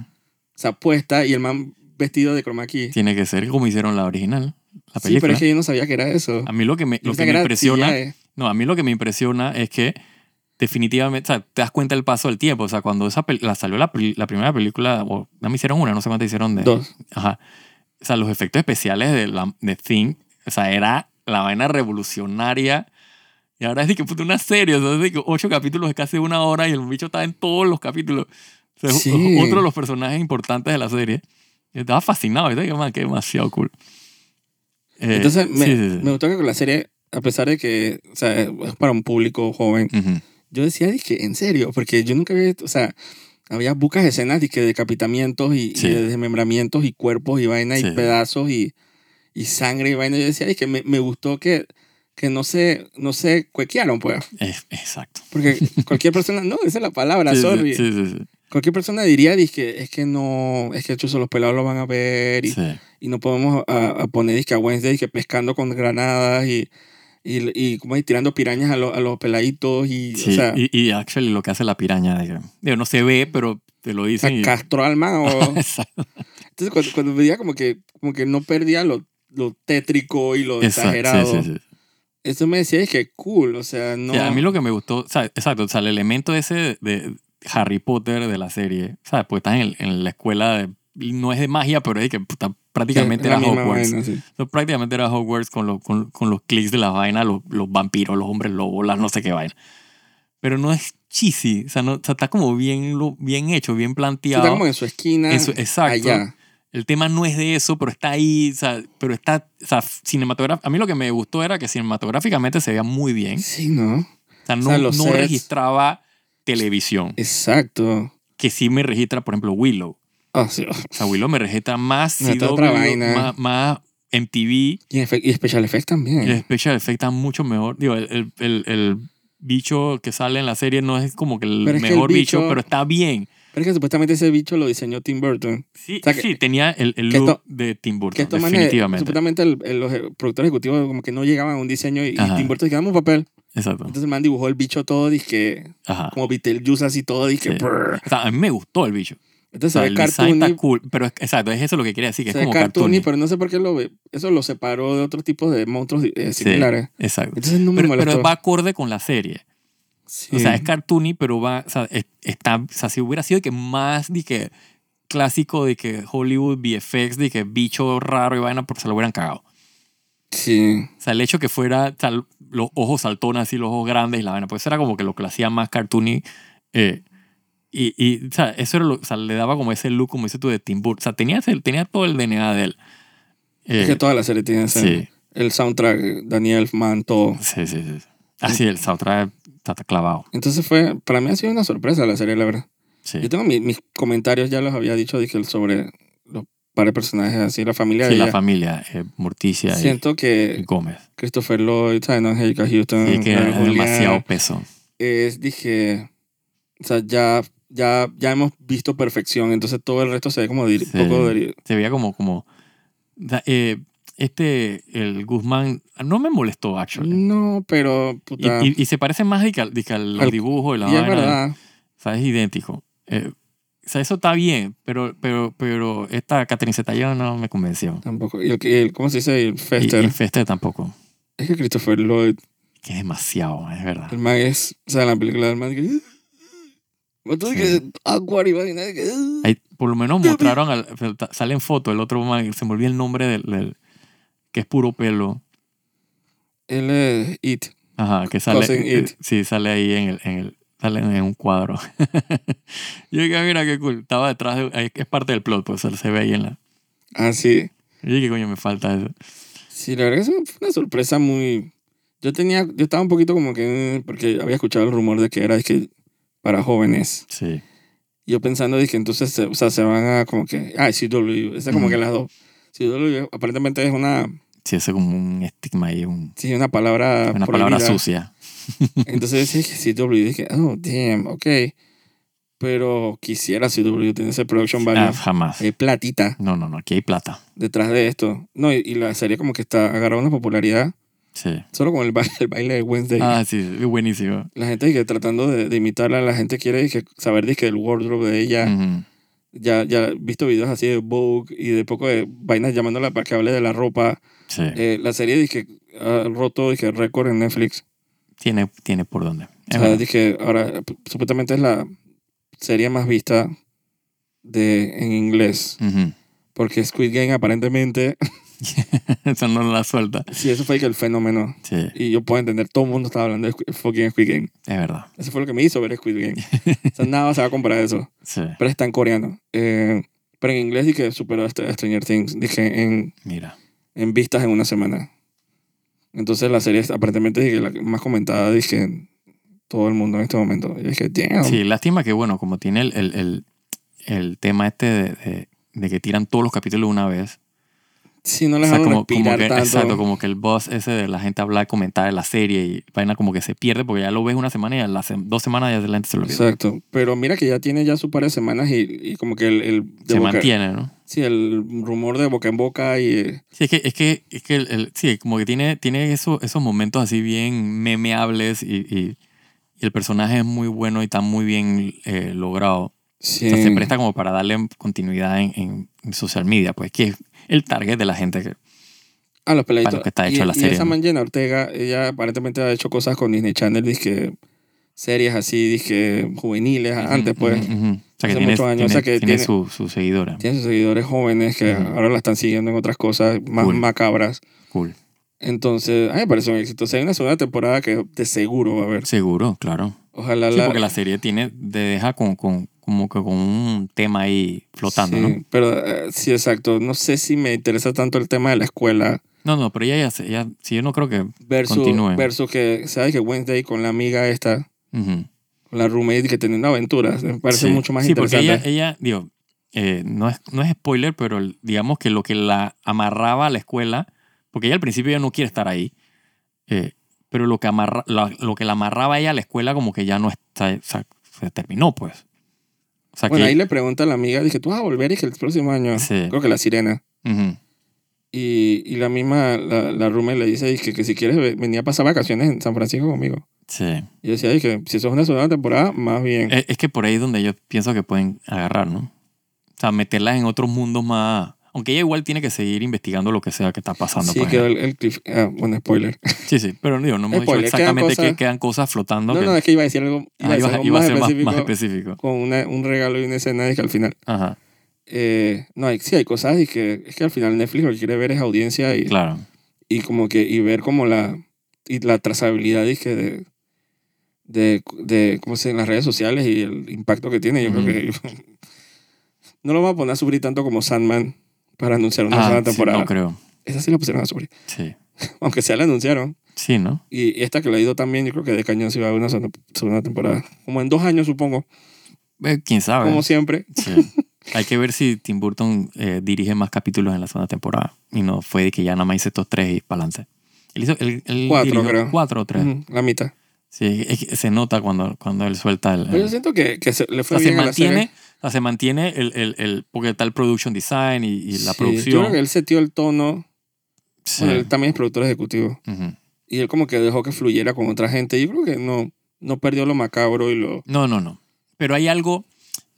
[SPEAKER 1] se apuesta y el man vestido de chroma key.
[SPEAKER 2] tiene que ser como hicieron la original,
[SPEAKER 1] Sí,
[SPEAKER 2] la
[SPEAKER 1] pero
[SPEAKER 2] película.
[SPEAKER 1] es que yo no sabía que era eso.
[SPEAKER 2] A mí lo que me,
[SPEAKER 1] Yo
[SPEAKER 2] lo que
[SPEAKER 1] pensaba
[SPEAKER 2] me
[SPEAKER 1] era eh.
[SPEAKER 2] impresiona,
[SPEAKER 1] CGI.
[SPEAKER 2] no, a mí lo que me impresiona es que definitivamente, o sea, te das cuenta el paso del tiempo. O sea, cuando esa pel- la salió la, pel- la primera película, o no me hicieron una, no sé cuántas hicieron de,
[SPEAKER 1] Dos.
[SPEAKER 2] Ajá. O sea, los efectos especiales de, la, de Thing, o sea, era la vaina revolucionaria. Y ahora es de que puta una serie, o sea, es de que ocho capítulos de casi una hora y el bicho está en todos los capítulos. O sea, es
[SPEAKER 1] Sí.
[SPEAKER 2] otro de los personajes importantes de la serie. Yo Estaba fascinado, yo dije, man, que demasiado cool. Eh,
[SPEAKER 1] Entonces, me,
[SPEAKER 2] sí, sí, sí.
[SPEAKER 1] me gustó que con la serie, a pesar de que o sea, es para un público joven,
[SPEAKER 2] Ujú.
[SPEAKER 1] Yo decía, dije, en serio, porque yo nunca había visto, o sea, había bucas escenas dizque, de decapitamientos y, y
[SPEAKER 2] Sí.
[SPEAKER 1] de desmembramientos y cuerpos y vaina
[SPEAKER 2] Sí.
[SPEAKER 1] y pedazos y, y sangre y vaina. Yo decía, dije, me, me gustó que, que no se, no se cuequearon, pues.
[SPEAKER 2] Es- exacto.
[SPEAKER 1] Porque cualquier persona, no, esa es la palabra,
[SPEAKER 2] Sí, sí,
[SPEAKER 1] sorry.
[SPEAKER 2] sí, sí, sí.
[SPEAKER 1] Cualquier persona diría, dije, es que no, es que chuzo, los pelados lo van a ver y,
[SPEAKER 2] Sí.
[SPEAKER 1] y no podemos a, a poner, dizque, a Wednesday, que pescando con granadas y, y, y, como es, tirando pirañas a, los- a los peladitos y,
[SPEAKER 2] Sí,
[SPEAKER 1] o sea...
[SPEAKER 2] y, y actually lo que hace la piraña, de que- digo, no se ve, pero te lo
[SPEAKER 1] O sea,
[SPEAKER 2] dicen. y-
[SPEAKER 1] castró al man, o-
[SPEAKER 2] Exacto.
[SPEAKER 1] Entonces, cuando, cuando veía como que, como que no perdía lo, lo tétrico y lo
[SPEAKER 2] Exacto.
[SPEAKER 1] exagerado,
[SPEAKER 2] Sí, sí, sí.
[SPEAKER 1] eso me decía, es que cool, o sea, no.
[SPEAKER 2] Sí, a mí lo que me gustó, o sea, exacto, o sea, el elemento ese de, de Harry Potter de la serie, ¿sabes? Pues estás en, el- en la escuela, de- y no es de magia, pero es que puta, prácticamente
[SPEAKER 1] es
[SPEAKER 2] era
[SPEAKER 1] la misma
[SPEAKER 2] Hogwarts.
[SPEAKER 1] vaina, sí.
[SPEAKER 2] No, prácticamente era Hogwarts con, lo- con, con los clics de la vaina, los, los vampiros, los hombres lobos, las no sé qué vaina. Pero no es cheesy, o sea, no, o sea, está como bien, lo- bien hecho, bien
[SPEAKER 1] Sí,
[SPEAKER 2] planteado.
[SPEAKER 1] está como en su esquina,
[SPEAKER 2] En su- exacto.
[SPEAKER 1] allá.
[SPEAKER 2] El tema no es de eso, pero está ahí, o sea, pero está, o sea, cinematogra- A mí lo que me gustó era que cinematográficamente se veía muy bien.
[SPEAKER 1] Sí, ¿no?
[SPEAKER 2] O sea, no,
[SPEAKER 1] sea, los
[SPEAKER 2] no
[SPEAKER 1] sets.
[SPEAKER 2] registraba televisión.
[SPEAKER 1] Exacto.
[SPEAKER 2] que sí me registra, por ejemplo, Willow.
[SPEAKER 1] Ah, sí.
[SPEAKER 2] O sea, Willow me registra más
[SPEAKER 1] Me está
[SPEAKER 2] CW,
[SPEAKER 1] otra vaina.
[SPEAKER 2] más, más MTV.
[SPEAKER 1] Y, efe- y Special Effects también.
[SPEAKER 2] Y el Special Effect está mucho mejor. Digo, el, el, el- el bicho que sale en la serie no es como que el
[SPEAKER 1] Pero es que el
[SPEAKER 2] mejor bicho,
[SPEAKER 1] bicho-
[SPEAKER 2] pero está bien.
[SPEAKER 1] Pero es que supuestamente ese bicho lo diseñó Tim Burton.
[SPEAKER 2] Sí,
[SPEAKER 1] O sea, que-
[SPEAKER 2] sí, tenía el, el
[SPEAKER 1] que
[SPEAKER 2] look
[SPEAKER 1] esto-
[SPEAKER 2] de Tim
[SPEAKER 1] Que
[SPEAKER 2] Burton,
[SPEAKER 1] estos manes,
[SPEAKER 2] definitivamente.
[SPEAKER 1] supuestamente el- el- los productores ejecutivos como que no llegaban a un diseño y, y
[SPEAKER 2] Ajá.
[SPEAKER 1] Tim Burton dice, dame un papel.
[SPEAKER 2] Exacto.
[SPEAKER 1] Entonces el man dibujó el bicho todo, dizque,
[SPEAKER 2] Ajá.
[SPEAKER 1] como Beetlejuice así todo, dizque,
[SPEAKER 2] Sí.
[SPEAKER 1] brr.
[SPEAKER 2] O sea, a mí me gustó el bicho. O
[SPEAKER 1] Entonces se
[SPEAKER 2] sea,
[SPEAKER 1] ve
[SPEAKER 2] el design
[SPEAKER 1] cartoony,
[SPEAKER 2] está cool, pero es- exacto, es eso lo que quería decir, que
[SPEAKER 1] se
[SPEAKER 2] es
[SPEAKER 1] ve
[SPEAKER 2] como
[SPEAKER 1] cartoony,
[SPEAKER 2] cartoony.
[SPEAKER 1] pero no sé por qué lo ve. Eso lo separó de otros tipos de monstruos eh, similares.
[SPEAKER 2] Exacto.
[SPEAKER 1] Entonces no me
[SPEAKER 2] Pero,
[SPEAKER 1] molestó.
[SPEAKER 2] pero va acorde con la serie.
[SPEAKER 1] Sí.
[SPEAKER 2] O sea, es cartoony, pero va, o sea, es- está, o sea, si hubiera sido de que más de que clásico de que Hollywood VFX, de que bicho raro y vaina, pues se lo hubieran cagado.
[SPEAKER 1] Sí.
[SPEAKER 2] O sea, el hecho que fuera o sea, los ojos saltones así, los ojos grandes y la vaina, pues eso era como que lo que lo hacía más cartoony. eh, y, y, o sea, eso era lo, o sea, le daba como ese look, como dices tú, de Tim Burton. O sea, tenía, ese- tenía todo el DNA de él.
[SPEAKER 1] es
[SPEAKER 2] Eh,
[SPEAKER 1] que toda la serie tiene ese-
[SPEAKER 2] sí,
[SPEAKER 1] el soundtrack, eh, Daniel Mann, todo.
[SPEAKER 2] sí, sí, sí. Así, el soundtrack está, está clavado.
[SPEAKER 1] Entonces fue, para mí ha sido una sorpresa la serie, la verdad.
[SPEAKER 2] Sí.
[SPEAKER 1] Yo tengo mi- mis comentarios, ya los había dicho, dije, sobre los par de personajes así, la familia
[SPEAKER 2] Sí,
[SPEAKER 1] de
[SPEAKER 2] la
[SPEAKER 1] ella.
[SPEAKER 2] familia, eh, Morticia y,
[SPEAKER 1] Siento
[SPEAKER 2] y
[SPEAKER 1] que
[SPEAKER 2] Gómez.
[SPEAKER 1] Christopher Lloyd, ¿sabes? No, Angelica Houston.
[SPEAKER 2] Sí,
[SPEAKER 1] Robert
[SPEAKER 2] que es
[SPEAKER 1] Mm, ah, Julián,
[SPEAKER 2] demasiado peso.
[SPEAKER 1] Es, dije, o sea, ya, ya, ya hemos visto perfección, entonces todo el resto se ve como dir-
[SPEAKER 2] Sí.
[SPEAKER 1] poco deri-
[SPEAKER 2] Se veía como, como da- eh, este, el Guzmán, ah, no me molestó, actually.
[SPEAKER 1] No, pero,
[SPEAKER 2] Y,
[SPEAKER 1] puta.
[SPEAKER 2] y- y se parece más de que, al- de que a los
[SPEAKER 1] Al-
[SPEAKER 2] dibujos y la
[SPEAKER 1] y es
[SPEAKER 2] vaina.
[SPEAKER 1] verdad.
[SPEAKER 2] O sea, es idéntico. Eh, o sea, eso está bien, pero, pero, pero esta Catherine Zeta-Jones no me convenció.
[SPEAKER 1] Tampoco. Y el, y el- ¿Cómo se dice? El
[SPEAKER 2] Y,
[SPEAKER 1] Fester.
[SPEAKER 2] y Fester tampoco.
[SPEAKER 1] es que Christopher Lloyd,
[SPEAKER 2] Que es demasiado, es verdad.
[SPEAKER 1] el man es. O sea, la película del man que. Entonces, que. Aguar y vaina, que-
[SPEAKER 2] Ahí, por lo menos mostraron, al- salen fotos, el otro man, se me olvidó el nombre del, del- que es puro pelo.
[SPEAKER 1] Él es It.
[SPEAKER 2] Ajá, que sale.
[SPEAKER 1] Cousin
[SPEAKER 2] eh,
[SPEAKER 1] It.
[SPEAKER 2] Sí, sale ahí en el. En el sale en un cuadro. Yo dije, "Ah, mira qué cool. Estaba detrás de. ahí Es parte del plot, pues se ve ahí en la.
[SPEAKER 1] Ah, sí.
[SPEAKER 2] Yo dije, coño, me falta eso.
[SPEAKER 1] Sí, la verdad que eso fue una sorpresa muy... Yo tenía, yo estaba un poquito como que, eh, porque había escuchado el rumor de que era de que para jóvenes.
[SPEAKER 2] Sí.
[SPEAKER 1] Y yo pensando, dije, entonces, se- o sea, se van a como que, ah, CW, esa como
[SPEAKER 2] Ujú.
[SPEAKER 1] que las dos. CW aparentemente es una,
[SPEAKER 2] Sí, eso es como un estigma ahí, un-
[SPEAKER 1] sí, una palabra
[SPEAKER 2] una palabra
[SPEAKER 1] prohibida.
[SPEAKER 2] sucia.
[SPEAKER 1] Entonces dije CW, dije, oh, damn, ok. Pero quisiera CW tener ese production value.
[SPEAKER 2] Ah, jamás.
[SPEAKER 1] Hay platita
[SPEAKER 2] No, no, no, aquí hay plata.
[SPEAKER 1] detrás de esto. No, y, y la serie como que está agarrando una popularidad
[SPEAKER 2] Sí.
[SPEAKER 1] solo con el, ba- el baile de Wednesday.
[SPEAKER 2] Ah, sí, es buenísimo.
[SPEAKER 1] La gente que tratando de, de imitarla, la gente quiere que, saber que el wardrobe de ella.
[SPEAKER 2] Ujú.
[SPEAKER 1] Ya, ya he visto videos así de Vogue y de poco de vainas llamándola para que hable de la ropa.
[SPEAKER 2] Sí.
[SPEAKER 1] Eh, la serie dije, ha roto dije, récord en Netflix.
[SPEAKER 2] Tiene, tiene por dónde. Es
[SPEAKER 1] O sea,
[SPEAKER 2] verdad.
[SPEAKER 1] dije, ahora p- supuestamente es la serie más vista de, en inglés.
[SPEAKER 2] Ujú.
[SPEAKER 1] Porque Squid Game aparentemente,
[SPEAKER 2] Eso no la suelta.
[SPEAKER 1] sí, eso fue que el fenómeno.
[SPEAKER 2] Sí, es
[SPEAKER 1] Y yo puedo entender, todo el mundo estaba hablando de Squid- fucking Squid Game.
[SPEAKER 2] verdad.
[SPEAKER 1] Eso fue lo que me hizo ver Squid Game. O sea, nada se va a comparar a eso.
[SPEAKER 2] Sí,
[SPEAKER 1] pero está en coreano. Eh, pero en inglés dije superó a Str- a Stranger Things, dije en,
[SPEAKER 2] mira.
[SPEAKER 1] en vistas en una semana. Entonces la serie es aparentemente dije, la más comentada, dije en todo el mundo en este momento. Y dije, damn.
[SPEAKER 2] Sí, lástima que, bueno, como tiene el, el, el- el tema este de, de- de que tiran todos los capítulos una vez.
[SPEAKER 1] Sí, no
[SPEAKER 2] o
[SPEAKER 1] les
[SPEAKER 2] sea,
[SPEAKER 1] hago
[SPEAKER 2] como, como
[SPEAKER 1] respirar
[SPEAKER 2] que,
[SPEAKER 1] tanto.
[SPEAKER 2] exacto, como que el boss ese de la gente habla, comentar de la serie y vaina como que se pierde porque ya lo ves una semana y a las sem- dos semanas ya la gente se lo olvida.
[SPEAKER 1] Exacto. Pero mira que ya tiene ya su par de semanas y, y como que el, el de
[SPEAKER 2] se
[SPEAKER 1] boca-
[SPEAKER 2] mantiene, ¿no?
[SPEAKER 1] Sí, el rumor de boca en boca y eh,
[SPEAKER 2] Sí, es que, es que, es que el- el- sí, como que tiene, tiene eso- esos momentos así bien memeables y, y- y el personaje es muy bueno y está muy bien eh, logrado.
[SPEAKER 1] sí.
[SPEAKER 2] O sea, se presta como para darle continuidad en, en- en social media, pues que es el target de la gente que...
[SPEAKER 1] a los peladitos.
[SPEAKER 2] para lo que está
[SPEAKER 1] Y-
[SPEAKER 2] hecho la
[SPEAKER 1] y
[SPEAKER 2] serie,
[SPEAKER 1] esa
[SPEAKER 2] ¿no?
[SPEAKER 1] man Jenna Ortega, ella aparentemente ha hecho cosas con Disney Channel, dizque series así, dizque juveniles, antes pues.
[SPEAKER 2] Ujú, ujú. O sea,
[SPEAKER 1] hace
[SPEAKER 2] que tiene,
[SPEAKER 1] muchos años,
[SPEAKER 2] tiene-
[SPEAKER 1] o sea, que
[SPEAKER 2] tiene
[SPEAKER 1] tiene-
[SPEAKER 2] su, su seguidora.
[SPEAKER 1] Tiene sus seguidores jóvenes que
[SPEAKER 2] Ujú.
[SPEAKER 1] ahora la están siguiendo en otras cosas más
[SPEAKER 2] Cool.
[SPEAKER 1] macabras.
[SPEAKER 2] Cool.
[SPEAKER 1] Entonces, a mí me parece un éxito. O sea, hay una segunda temporada que de seguro va a haber.
[SPEAKER 2] Seguro, claro.
[SPEAKER 1] Ojalá
[SPEAKER 2] Sí,
[SPEAKER 1] la...
[SPEAKER 2] porque la serie tiene, te deja con, con, como que con un tema ahí flotando,
[SPEAKER 1] Sí,
[SPEAKER 2] ¿no?
[SPEAKER 1] Pero eh, sí, exacto. No sé si me interesa tanto el tema de la escuela
[SPEAKER 2] No, no, pero ella ya, se- ya- sí, yo no creo que...
[SPEAKER 1] versus,
[SPEAKER 2] Continúe.
[SPEAKER 1] versus que, ¿sabes? Que Wednesday con la amiga esta,
[SPEAKER 2] ujú.
[SPEAKER 1] la roommate que tenía una aventura. Me parece
[SPEAKER 2] Sí.
[SPEAKER 1] mucho más
[SPEAKER 2] Sí, porque
[SPEAKER 1] interesante.
[SPEAKER 2] ella, ella digo, eh, no, es, no es spoiler, pero el- digamos que lo que la amarraba a la escuela, porque ella al principio ya no quiere estar ahí, eh, pero lo que, amarra, la- lo que la amarraba a ella a la escuela como que ya no está, o sea, se terminó, pues. O sea
[SPEAKER 1] bueno,
[SPEAKER 2] que...
[SPEAKER 1] ahí le pregunta a la amiga, dije, tú vas a volver y que el próximo año,
[SPEAKER 2] Sí.
[SPEAKER 1] creo que la sirena.
[SPEAKER 2] Ujú.
[SPEAKER 1] Y, y la misma, la, la roommate le dice dizque, que, si quieres ve- venía a pasar vacaciones en San Francisco conmigo.
[SPEAKER 2] Sí. E,
[SPEAKER 1] Y yo decía, dije, si eso es una segunda temporada, más bien.
[SPEAKER 2] Es, es que por ahí es donde yo pienso que pueden agarrar, ¿no? O sea, meterlas en otros mundos más... Aunque ella igual tiene que seguir investigando lo que sea que está pasando.
[SPEAKER 1] sí,
[SPEAKER 2] pues.
[SPEAKER 1] quedó el, el cliff- ah, bueno, spoiler.
[SPEAKER 2] sí, sí, pero digo, no hemos dicho
[SPEAKER 1] Spoiler, quedan
[SPEAKER 2] exactamente que
[SPEAKER 1] cosas-
[SPEAKER 2] quedan cosas flotando.
[SPEAKER 1] No,
[SPEAKER 2] que-
[SPEAKER 1] no, es que iba a decir algo, iba a
[SPEAKER 2] Ah,
[SPEAKER 1] decir
[SPEAKER 2] iba,
[SPEAKER 1] algo
[SPEAKER 2] iba a
[SPEAKER 1] más,
[SPEAKER 2] ser más,
[SPEAKER 1] específico,
[SPEAKER 2] más específico.
[SPEAKER 1] con una- un regalo y una escena dizque, al final.
[SPEAKER 2] Ajá,
[SPEAKER 1] Eh, no, hay, sí hay cosas y que es que al final Netflix lo que quiere ver es audiencia y,
[SPEAKER 2] claro.
[SPEAKER 1] y como que y ver como la y la trazabilidad dije de de, de cómo se en las redes sociales y el impacto que tiene yo creo que no lo van a poner a subir tanto como Sandman para anunciar una
[SPEAKER 2] Ah,
[SPEAKER 1] segunda
[SPEAKER 2] sí,
[SPEAKER 1] temporada
[SPEAKER 2] no creo.
[SPEAKER 1] esa sí la pusieron a subir
[SPEAKER 2] Sí.
[SPEAKER 1] aunque sea la anunciaron
[SPEAKER 2] Sí, ¿no?
[SPEAKER 1] y esta que la he ido también yo creo que de cañón sí va a haber una segunda, segunda temporada como en dos años supongo
[SPEAKER 2] Eh, ¿Quién sabe?
[SPEAKER 1] como siempre
[SPEAKER 2] Sí. Hay que ver si Tim Burton eh, dirige más capítulos en la segunda temporada. Y no fue de que ya nada más hice estos tres y para adelante. Él hizo él- él
[SPEAKER 1] Cuatro,
[SPEAKER 2] dirigió
[SPEAKER 1] creo.
[SPEAKER 2] cuatro o tres.
[SPEAKER 1] Ujú, la mitad
[SPEAKER 2] Sí, es que se nota cuando, cuando él suelta el...
[SPEAKER 1] pero
[SPEAKER 2] el-
[SPEAKER 1] yo siento que, que se, le
[SPEAKER 2] Ah. o
[SPEAKER 1] fue
[SPEAKER 2] sea, se
[SPEAKER 1] bien a la serie.
[SPEAKER 2] mantiene, o sea, se mantiene el, el, el- Porque está el production design y, y la
[SPEAKER 1] Sí, yo creo
[SPEAKER 2] producción.
[SPEAKER 1] que él setió el tono
[SPEAKER 2] Sí.
[SPEAKER 1] bueno, él también es productor ejecutivo
[SPEAKER 2] Ujú.
[SPEAKER 1] y él como que dejó que fluyera con otra gente. Yo creo que no, no perdió lo macabro y lo...
[SPEAKER 2] No, no, no. Pero hay algo,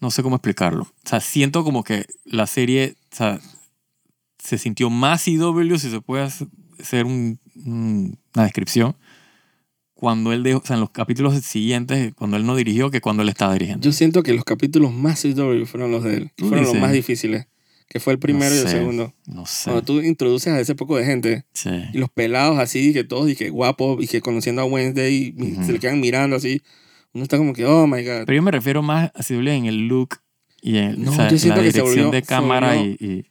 [SPEAKER 2] no sé cómo explicarlo. O sea, siento como que la serie o sea, se sintió más IW, si se puede hace- hacer un- un- una descripción, cuando él dejó, o sea, en los capítulos siguientes, cuando él no dirigió, que cuando él estaba dirigiendo.
[SPEAKER 1] Yo siento que los capítulos más CW fueron los de él.
[SPEAKER 2] Tú
[SPEAKER 1] Fueron los
[SPEAKER 2] dices.
[SPEAKER 1] más difíciles. Que fue el primero y el
[SPEAKER 2] sé.
[SPEAKER 1] segundo.
[SPEAKER 2] No sé.
[SPEAKER 1] Cuando tú introduces a ese poco de gente
[SPEAKER 2] Sí.
[SPEAKER 1] y los pelados así, que todos dije guapos y que conociendo a Wednesday y
[SPEAKER 2] Ujú.
[SPEAKER 1] se le quedan mirando así, uno está como que, oh my god.
[SPEAKER 2] Pero yo me refiero más a CW en el look y en
[SPEAKER 1] No,
[SPEAKER 2] o sea,
[SPEAKER 1] yo siento
[SPEAKER 2] la
[SPEAKER 1] que se
[SPEAKER 2] dirección
[SPEAKER 1] volvió-
[SPEAKER 2] de
[SPEAKER 1] se
[SPEAKER 2] cámara
[SPEAKER 1] volvió-
[SPEAKER 2] y, y-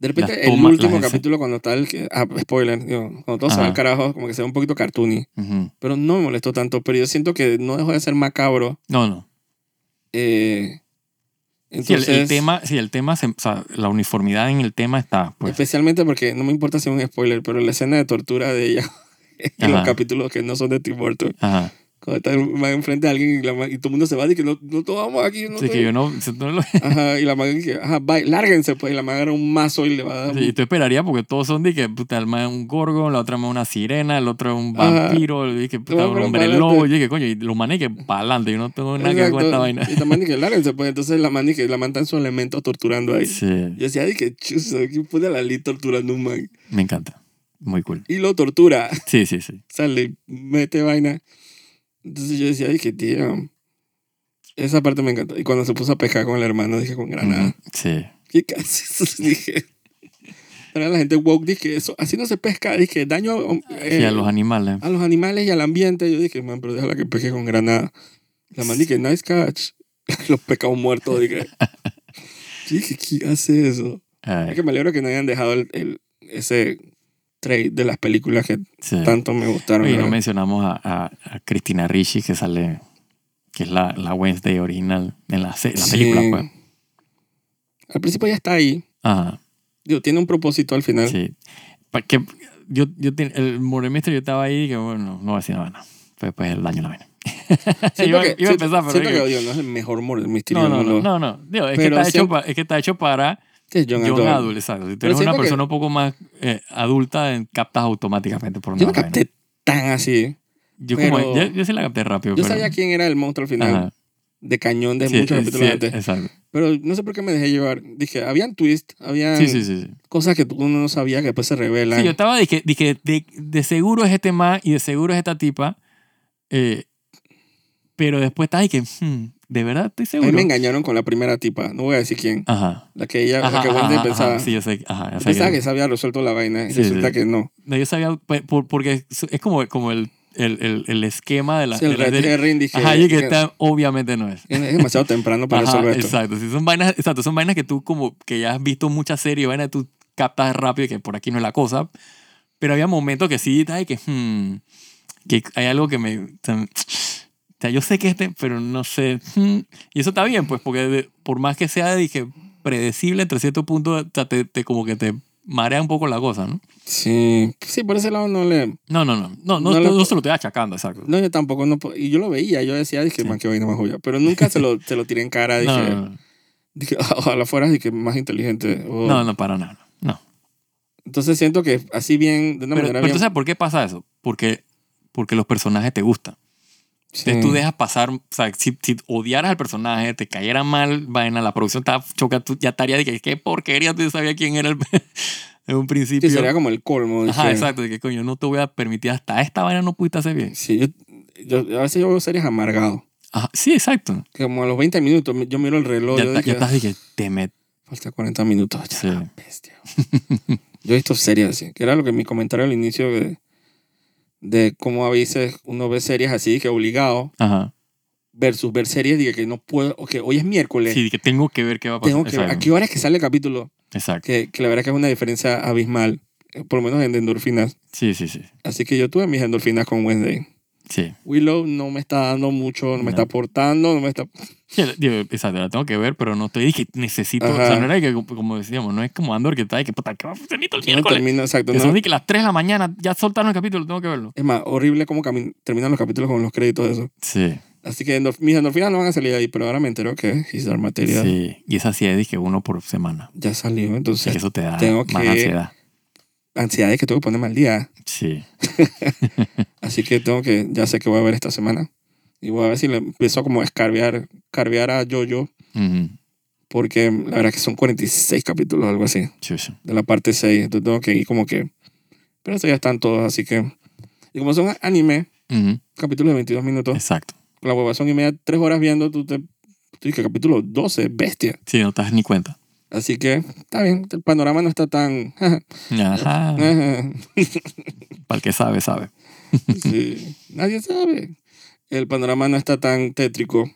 [SPEAKER 1] De repente,
[SPEAKER 2] las
[SPEAKER 1] el
[SPEAKER 2] tomas,
[SPEAKER 1] último
[SPEAKER 2] las escenas.
[SPEAKER 1] capítulo, cuando está el que. Ah, spoiler, digo, cuando todo se va
[SPEAKER 2] Ajá.
[SPEAKER 1] al carajo, como que se ve un poquito cartoony.
[SPEAKER 2] Ujú.
[SPEAKER 1] Pero no me molestó tanto. Pero yo siento que no dejó de ser macabro.
[SPEAKER 2] No, no.
[SPEAKER 1] Eh,
[SPEAKER 2] Sí, el-
[SPEAKER 1] entonces,
[SPEAKER 2] el, tema, sí, el tema, se- o sea, la uniformidad en el tema está, pues.
[SPEAKER 1] especialmente porque no me importa si es un spoiler, pero la escena de tortura de ella en los
[SPEAKER 2] Ajá.
[SPEAKER 1] capítulos que no son de Tim Burton,
[SPEAKER 2] Ajá.
[SPEAKER 1] cuando está en- va enfrente de alguien y, la ma- y todo el mundo se va y que no, no tomamos aquí. No
[SPEAKER 2] Sí,
[SPEAKER 1] te-
[SPEAKER 2] que yo no, si tú no lo-
[SPEAKER 1] Ajá, y la maga que, ajá, bye, lárguense, pues, y la maga agarra un mazo y le va a dar. un-
[SPEAKER 2] y tú esperarías porque todos son de que puta, el más es un gorgon, la otra más es una sirena, el otro es un
[SPEAKER 1] Ajá.
[SPEAKER 2] vampiro, el que puta,
[SPEAKER 1] Todo
[SPEAKER 2] un
[SPEAKER 1] por
[SPEAKER 2] hombre
[SPEAKER 1] pa'lante.
[SPEAKER 2] lobo, y que coño, y los manes que pa'lante, yo no tengo nada que ver con esta
[SPEAKER 1] Exacto.
[SPEAKER 2] vaina.
[SPEAKER 1] Y la maga que lárguense, pues, entonces la maga que la manta en su elemento torturando ahí.
[SPEAKER 2] Sí,
[SPEAKER 1] Yo decía, ay, que chuzo, ¿quién puede la Lee torturando a un man?
[SPEAKER 2] me encanta. Muy cool.
[SPEAKER 1] Y lo tortura.
[SPEAKER 2] Sí, sí, sí.
[SPEAKER 1] O sea, le mete vaina. Entonces yo decía, dije, tío, esa parte me encantó. Y cuando se puso a pescar con el hermano, dije, con granada.
[SPEAKER 2] Ujú. Sí.
[SPEAKER 1] ¿Qué casi eso? Dije. Pero la gente woke, dije, eso, así no se pesca, dije, daño a, eh,
[SPEAKER 2] Y a los animales.
[SPEAKER 1] a los animales y al ambiente. Yo dije, man, pero déjala que pesque con granada. La man dije, nice catch. los pecados muertos, dije. Yo dije, ¿qué hace eso? Es
[SPEAKER 2] Ay,
[SPEAKER 1] que me alegro que no hayan dejado el, el- ese trade de las películas que
[SPEAKER 2] sí.
[SPEAKER 1] tanto me gustaron.
[SPEAKER 2] Oye, no
[SPEAKER 1] ¿verdad?
[SPEAKER 2] mencionamos a, a, a Cristina Ricci que sale, que es la, la Wednesday original en la, se- la
[SPEAKER 1] Sí.
[SPEAKER 2] película, pues.
[SPEAKER 1] Al principio ya está ahí.
[SPEAKER 2] Ajá.
[SPEAKER 1] Digo, tiene un propósito al final.
[SPEAKER 2] Sí. Pa- que- yo, yo, ten- el moremestre yo estaba ahí y que bueno, no voy a decir nada. no. Fue pues el daño la vaina.
[SPEAKER 1] Siento
[SPEAKER 2] iba,
[SPEAKER 1] que,
[SPEAKER 2] iba a
[SPEAKER 1] siento-
[SPEAKER 2] empezar,
[SPEAKER 1] siento
[SPEAKER 2] pero.
[SPEAKER 1] que,
[SPEAKER 2] digo,
[SPEAKER 1] digo, no es el mejor mor- misterio
[SPEAKER 2] no, no,
[SPEAKER 1] del
[SPEAKER 2] no,
[SPEAKER 1] mundo.
[SPEAKER 2] no, no. Digo, es, que
[SPEAKER 1] Pero
[SPEAKER 2] está hecho
[SPEAKER 1] siento-
[SPEAKER 2] pa- es que está hecho para
[SPEAKER 1] Este es John
[SPEAKER 2] John
[SPEAKER 1] Adult.
[SPEAKER 2] Adult, exacto. Si tú
[SPEAKER 1] Pero
[SPEAKER 2] eres una
[SPEAKER 1] siento que-
[SPEAKER 2] persona un poco más eh, adulta, eh, captas automáticamente por
[SPEAKER 1] Yo
[SPEAKER 2] una
[SPEAKER 1] no
[SPEAKER 2] vaina.
[SPEAKER 1] capté tan así.
[SPEAKER 2] Yo,
[SPEAKER 1] pero-
[SPEAKER 2] como, yo, yo sí la capté rápido.
[SPEAKER 1] Yo
[SPEAKER 2] pero-
[SPEAKER 1] sabía quién era el monstruo al final.
[SPEAKER 2] Ajá.
[SPEAKER 1] De cañón de
[SPEAKER 2] Sí,
[SPEAKER 1] muchos
[SPEAKER 2] eh,
[SPEAKER 1] capítulos
[SPEAKER 2] sí,
[SPEAKER 1] antes.
[SPEAKER 2] Exacto.
[SPEAKER 1] Pero no sé por qué me dejé llevar. Dije, habían twist, habían
[SPEAKER 2] Sí, sí, sí. sí.
[SPEAKER 1] cosas que uno no sabía que después se revelan.
[SPEAKER 2] Sí, yo estaba, dije, dije de, de seguro es este man y de seguro es esta tipa. eh, pero después estaba, dije, hmm, de verdad estoy
[SPEAKER 1] A mí
[SPEAKER 2] seguro.
[SPEAKER 1] me engañaron con la primera tipa. No voy a decir quién.
[SPEAKER 2] Ajá.
[SPEAKER 1] La que ella,
[SPEAKER 2] Ajá,
[SPEAKER 1] la que
[SPEAKER 2] ajá,
[SPEAKER 1] Wendy
[SPEAKER 2] ajá,
[SPEAKER 1] pensaba.
[SPEAKER 2] ajá, sí, yo sé, ajá, yo
[SPEAKER 1] Yo
[SPEAKER 2] sé
[SPEAKER 1] Pensaba
[SPEAKER 2] que-
[SPEAKER 1] que se había resuelto la vaina. Y
[SPEAKER 2] Sí,
[SPEAKER 1] resulta
[SPEAKER 2] sí.
[SPEAKER 1] que no.
[SPEAKER 2] no, yo sabía, pues, por- porque es, es como, como el, el, el, el esquema de la...
[SPEAKER 1] O sea, el
[SPEAKER 2] de la-
[SPEAKER 1] Red
[SPEAKER 2] de-
[SPEAKER 1] Herring dije.
[SPEAKER 2] ajá, y que
[SPEAKER 1] dije,
[SPEAKER 2] está, obviamente no es.
[SPEAKER 1] es demasiado temprano para
[SPEAKER 2] Ajá,
[SPEAKER 1] resolver esto.
[SPEAKER 2] exacto, sí, son vainas, exacto, son vainas que tú como que ya has visto muchas series, vainas que tú captas rápido que por aquí no es la cosa, pero había momentos que sí, ay, que, hmm, que hay algo que me... sea, yo sé que este, pero no sé. Hmm. Y eso está bien, pues, porque de- por más que sea, dije, predecible, entre cierto punto, o sea, te, te- como que te marea un poco la cosa, ¿no?
[SPEAKER 1] Sí, sí, por ese lado no le...
[SPEAKER 2] No, no, no.
[SPEAKER 1] No
[SPEAKER 2] No, no, no,
[SPEAKER 1] lo-
[SPEAKER 2] se lo estoy achacando, exacto.
[SPEAKER 1] No, yo tampoco no... po- Y yo lo veía, yo decía, dije,
[SPEAKER 2] Sí.
[SPEAKER 1] man, qué vaina más joya. Pero nunca se lo, se lo tiré en cara, dije,
[SPEAKER 2] No, no, no, no.
[SPEAKER 1] dije, "Ah, ojalá fueras dije, más inteligente. o-
[SPEAKER 2] No, no, para nada. No.
[SPEAKER 1] Entonces siento que así bien, de una
[SPEAKER 2] Pero,
[SPEAKER 1] manera
[SPEAKER 2] pero tú
[SPEAKER 1] bien...
[SPEAKER 2] sabes por qué pasa eso. Porque, porque los personajes te gustan.
[SPEAKER 1] sí.
[SPEAKER 2] Entonces tú dejas pasar, o sea, si, si odiaras al personaje, te cayera mal, vaina, la producción estaba choca, tú ya estaría de que qué porquería, tú sabías quién era el, en un principio.
[SPEAKER 1] Sí, sería como el colmo.
[SPEAKER 2] Ajá,
[SPEAKER 1] dije.
[SPEAKER 2] exacto, de que coño, no te voy a permitir, hasta esta vaina no pudiste hacer bien.
[SPEAKER 1] Sí, yo, yo- a veces yo veo series amargado.
[SPEAKER 2] Ajá, sí, exacto.
[SPEAKER 1] Que como a los 20 minutos me- yo miro el reloj.
[SPEAKER 2] Ya,
[SPEAKER 1] yo
[SPEAKER 2] ta-
[SPEAKER 1] dije,
[SPEAKER 2] ya estás, dije, te met...
[SPEAKER 1] Falta 40 minutos. Ya,
[SPEAKER 2] Sí.
[SPEAKER 1] la bestia. yo he visto series así. Que era lo que mi comentario al inicio de, de cómo a veces uno ve series así, que obligado,
[SPEAKER 2] Ajá.
[SPEAKER 1] versus ver series dije, que no puedo, o que hoy es miércoles.
[SPEAKER 2] Sí, de que tengo que ver qué va a pasar.
[SPEAKER 1] tengo que ver.
[SPEAKER 2] exacto.
[SPEAKER 1] ¿A qué hora es que sale el capítulo?
[SPEAKER 2] exacto.
[SPEAKER 1] Que, que la verdad que es una diferencia abismal. eh, Por lo menos en endorfinas.
[SPEAKER 2] Sí, sí, sí.
[SPEAKER 1] Así que yo tuve mis endorfinas con Wednesday.
[SPEAKER 2] Sí.
[SPEAKER 1] Willow no me está dando mucho, no me
[SPEAKER 2] No.
[SPEAKER 1] está aportando, no me está...
[SPEAKER 2] Sí, la- digo, exacto, la tengo que ver, pero no estoy, dije, necesito, o sea,
[SPEAKER 1] Ajá.
[SPEAKER 2] no era que, como- como decíamos, no es como Andor que está, de que puta, ¿qué va a hacer el
[SPEAKER 1] No
[SPEAKER 2] miércoles?
[SPEAKER 1] termina, exacto.
[SPEAKER 2] Que
[SPEAKER 1] no-
[SPEAKER 2] son de que las 3 de la mañana ya soltaron el capítulo, tengo que verlo.
[SPEAKER 1] Es más, horrible cómo cami- terminan los capítulos con los créditos de eso.
[SPEAKER 2] Sí,
[SPEAKER 1] Así que endorf- mis endorfinas no van a salir ahí, pero ahora me entero que His Dark Material
[SPEAKER 2] sí. Y esa sí es, dije, uno por semana.
[SPEAKER 1] ya salió.
[SPEAKER 2] Sí, que
[SPEAKER 1] Entonces,
[SPEAKER 2] eso te da
[SPEAKER 1] tengo
[SPEAKER 2] más
[SPEAKER 1] que-
[SPEAKER 2] ansiedad.
[SPEAKER 1] ansiedades que tengo que ponerme al día.
[SPEAKER 2] Sí,
[SPEAKER 1] Así que tengo que, ya sé que voy a ver esta semana. Y voy a ver si le empiezo como a escarbear, escarbear a Jojo,
[SPEAKER 2] Ujú.
[SPEAKER 1] porque la verdad es que son 46 capítulos o algo así,
[SPEAKER 2] Chuso.
[SPEAKER 1] de la parte 6. Entonces tengo que ir como que... Pero eso ya están todos, así que... Y como son anime,
[SPEAKER 2] Ujú.
[SPEAKER 1] capítulos de 22 minutos,
[SPEAKER 2] Exacto.
[SPEAKER 1] con la huevazón y media, 3 horas viendo, tú te... Tú dices, capítulo 12, bestia.
[SPEAKER 2] Sí, no te das ni cuenta.
[SPEAKER 1] Así que está bien, el panorama no está tan...
[SPEAKER 2] Ajá. Para el que sabe, sabe.
[SPEAKER 1] Sí, nadie sabe. El panorama no está tan tétrico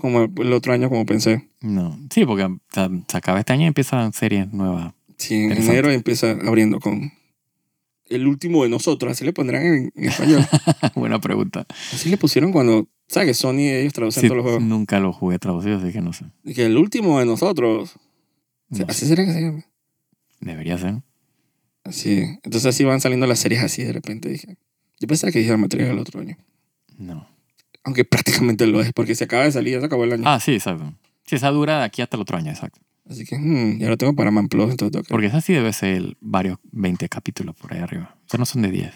[SPEAKER 1] como el otro año, como pensé.
[SPEAKER 2] No. Sí, porque o sea, se acaba este año y empiezan series nuevas.
[SPEAKER 1] Sí, en
[SPEAKER 2] Interesante.
[SPEAKER 1] enero empieza abriendo con el último de nosotros, así le pondrán en, en español.
[SPEAKER 2] Buena pregunta.
[SPEAKER 1] así le pusieron cuando, ¿sabes que Sony ellos traducen
[SPEAKER 2] Sí,
[SPEAKER 1] todos los juegos?
[SPEAKER 2] nunca lo jugué traducido, así que no sé.
[SPEAKER 1] Y que el último de nosotros, O sea,
[SPEAKER 2] No
[SPEAKER 1] así
[SPEAKER 2] sé.
[SPEAKER 1] será que se llama.
[SPEAKER 2] Debería ser.
[SPEAKER 1] Así, entonces así van saliendo las series así de repente. Dije, yo pensaba que iba a material el otro año,
[SPEAKER 2] No.
[SPEAKER 1] aunque prácticamente lo es, porque se acaba de salir, ya se acabó el año.
[SPEAKER 2] Ah, sí, exacto. Sí, esa dura de aquí hasta el otro año, exacto.
[SPEAKER 1] Así que hmm, ya lo tengo para Man Plus, entonces tengo que-
[SPEAKER 2] Porque esa sí debe ser varios 20 capítulos por ahí arriba. O sea, no son de 10.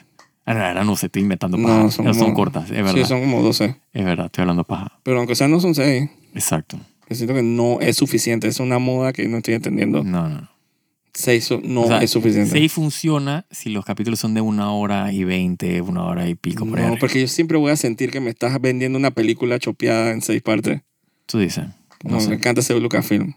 [SPEAKER 2] Ahora ahora no se estoy inventando
[SPEAKER 1] No,
[SPEAKER 2] paja. No,
[SPEAKER 1] son
[SPEAKER 2] son,
[SPEAKER 1] como-
[SPEAKER 2] cortas, es verdad.
[SPEAKER 1] Sí, son como 12.
[SPEAKER 2] Es verdad, estoy hablando paja.
[SPEAKER 1] Pero aunque sea no son seis,
[SPEAKER 2] Exacto.
[SPEAKER 1] yo siento que no es suficiente. Es una moda que no estoy entendiendo.
[SPEAKER 2] No, no. no.
[SPEAKER 1] Seis so- no
[SPEAKER 2] Mm. O sea,
[SPEAKER 1] es suficiente.
[SPEAKER 2] Sí funciona si los capítulos son de una hora y 20, una hora y pico por ahí
[SPEAKER 1] no,
[SPEAKER 2] arriba.
[SPEAKER 1] porque yo siempre voy a sentir que me estás vendiendo una película chopeada en seis partes.
[SPEAKER 2] Tú dices.
[SPEAKER 1] Como
[SPEAKER 2] No
[SPEAKER 1] me
[SPEAKER 2] sé.
[SPEAKER 1] encanta ese Lucasfilm.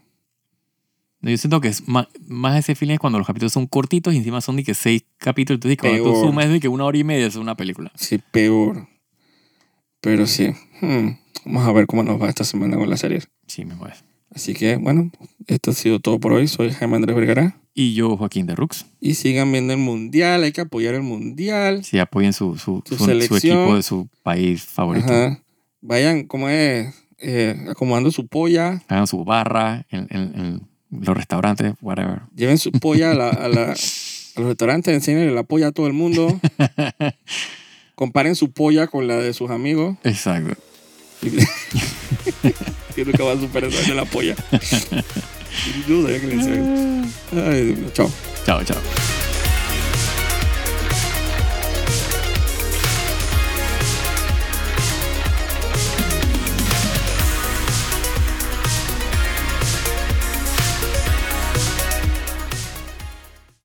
[SPEAKER 2] Yo siento que es más, más ese feeling es cuando los capítulos son cortitos y encima son de que seis capítulos. Entonces, cuando tú
[SPEAKER 1] Peor.
[SPEAKER 2] sumas es de que una hora y media es una película.
[SPEAKER 1] Sí, peor. Pero sí. hmm, Vamos a ver cómo nos va esta semana con la serie.
[SPEAKER 2] Sí, mismo es.
[SPEAKER 1] Así que, bueno, esto ha sido todo por hoy. Soy Jaime Andrés Vergara.
[SPEAKER 2] Y yo, Joaquín de Rux.
[SPEAKER 1] Y sigan viendo el Mundial. Hay que apoyar el Mundial.
[SPEAKER 2] Sí, apoyen su, su,
[SPEAKER 1] Su
[SPEAKER 2] su- su
[SPEAKER 1] selección.
[SPEAKER 2] equipo de su país favorito.
[SPEAKER 1] Ajá. Vayan, como es? Eh, acomodando su polla.
[SPEAKER 2] hagan su barra en, en- en los restaurantes, whatever.
[SPEAKER 1] Lleven su polla a, la- a la- a los restaurantes, enseñen la polla a todo el mundo. Comparen su polla con la de sus amigos.
[SPEAKER 2] Exacto.
[SPEAKER 1] Y nunca va a superar esa de la polla. Yo sabía que le decía. Ay, Dios mío. Chao.
[SPEAKER 2] Chao, chao.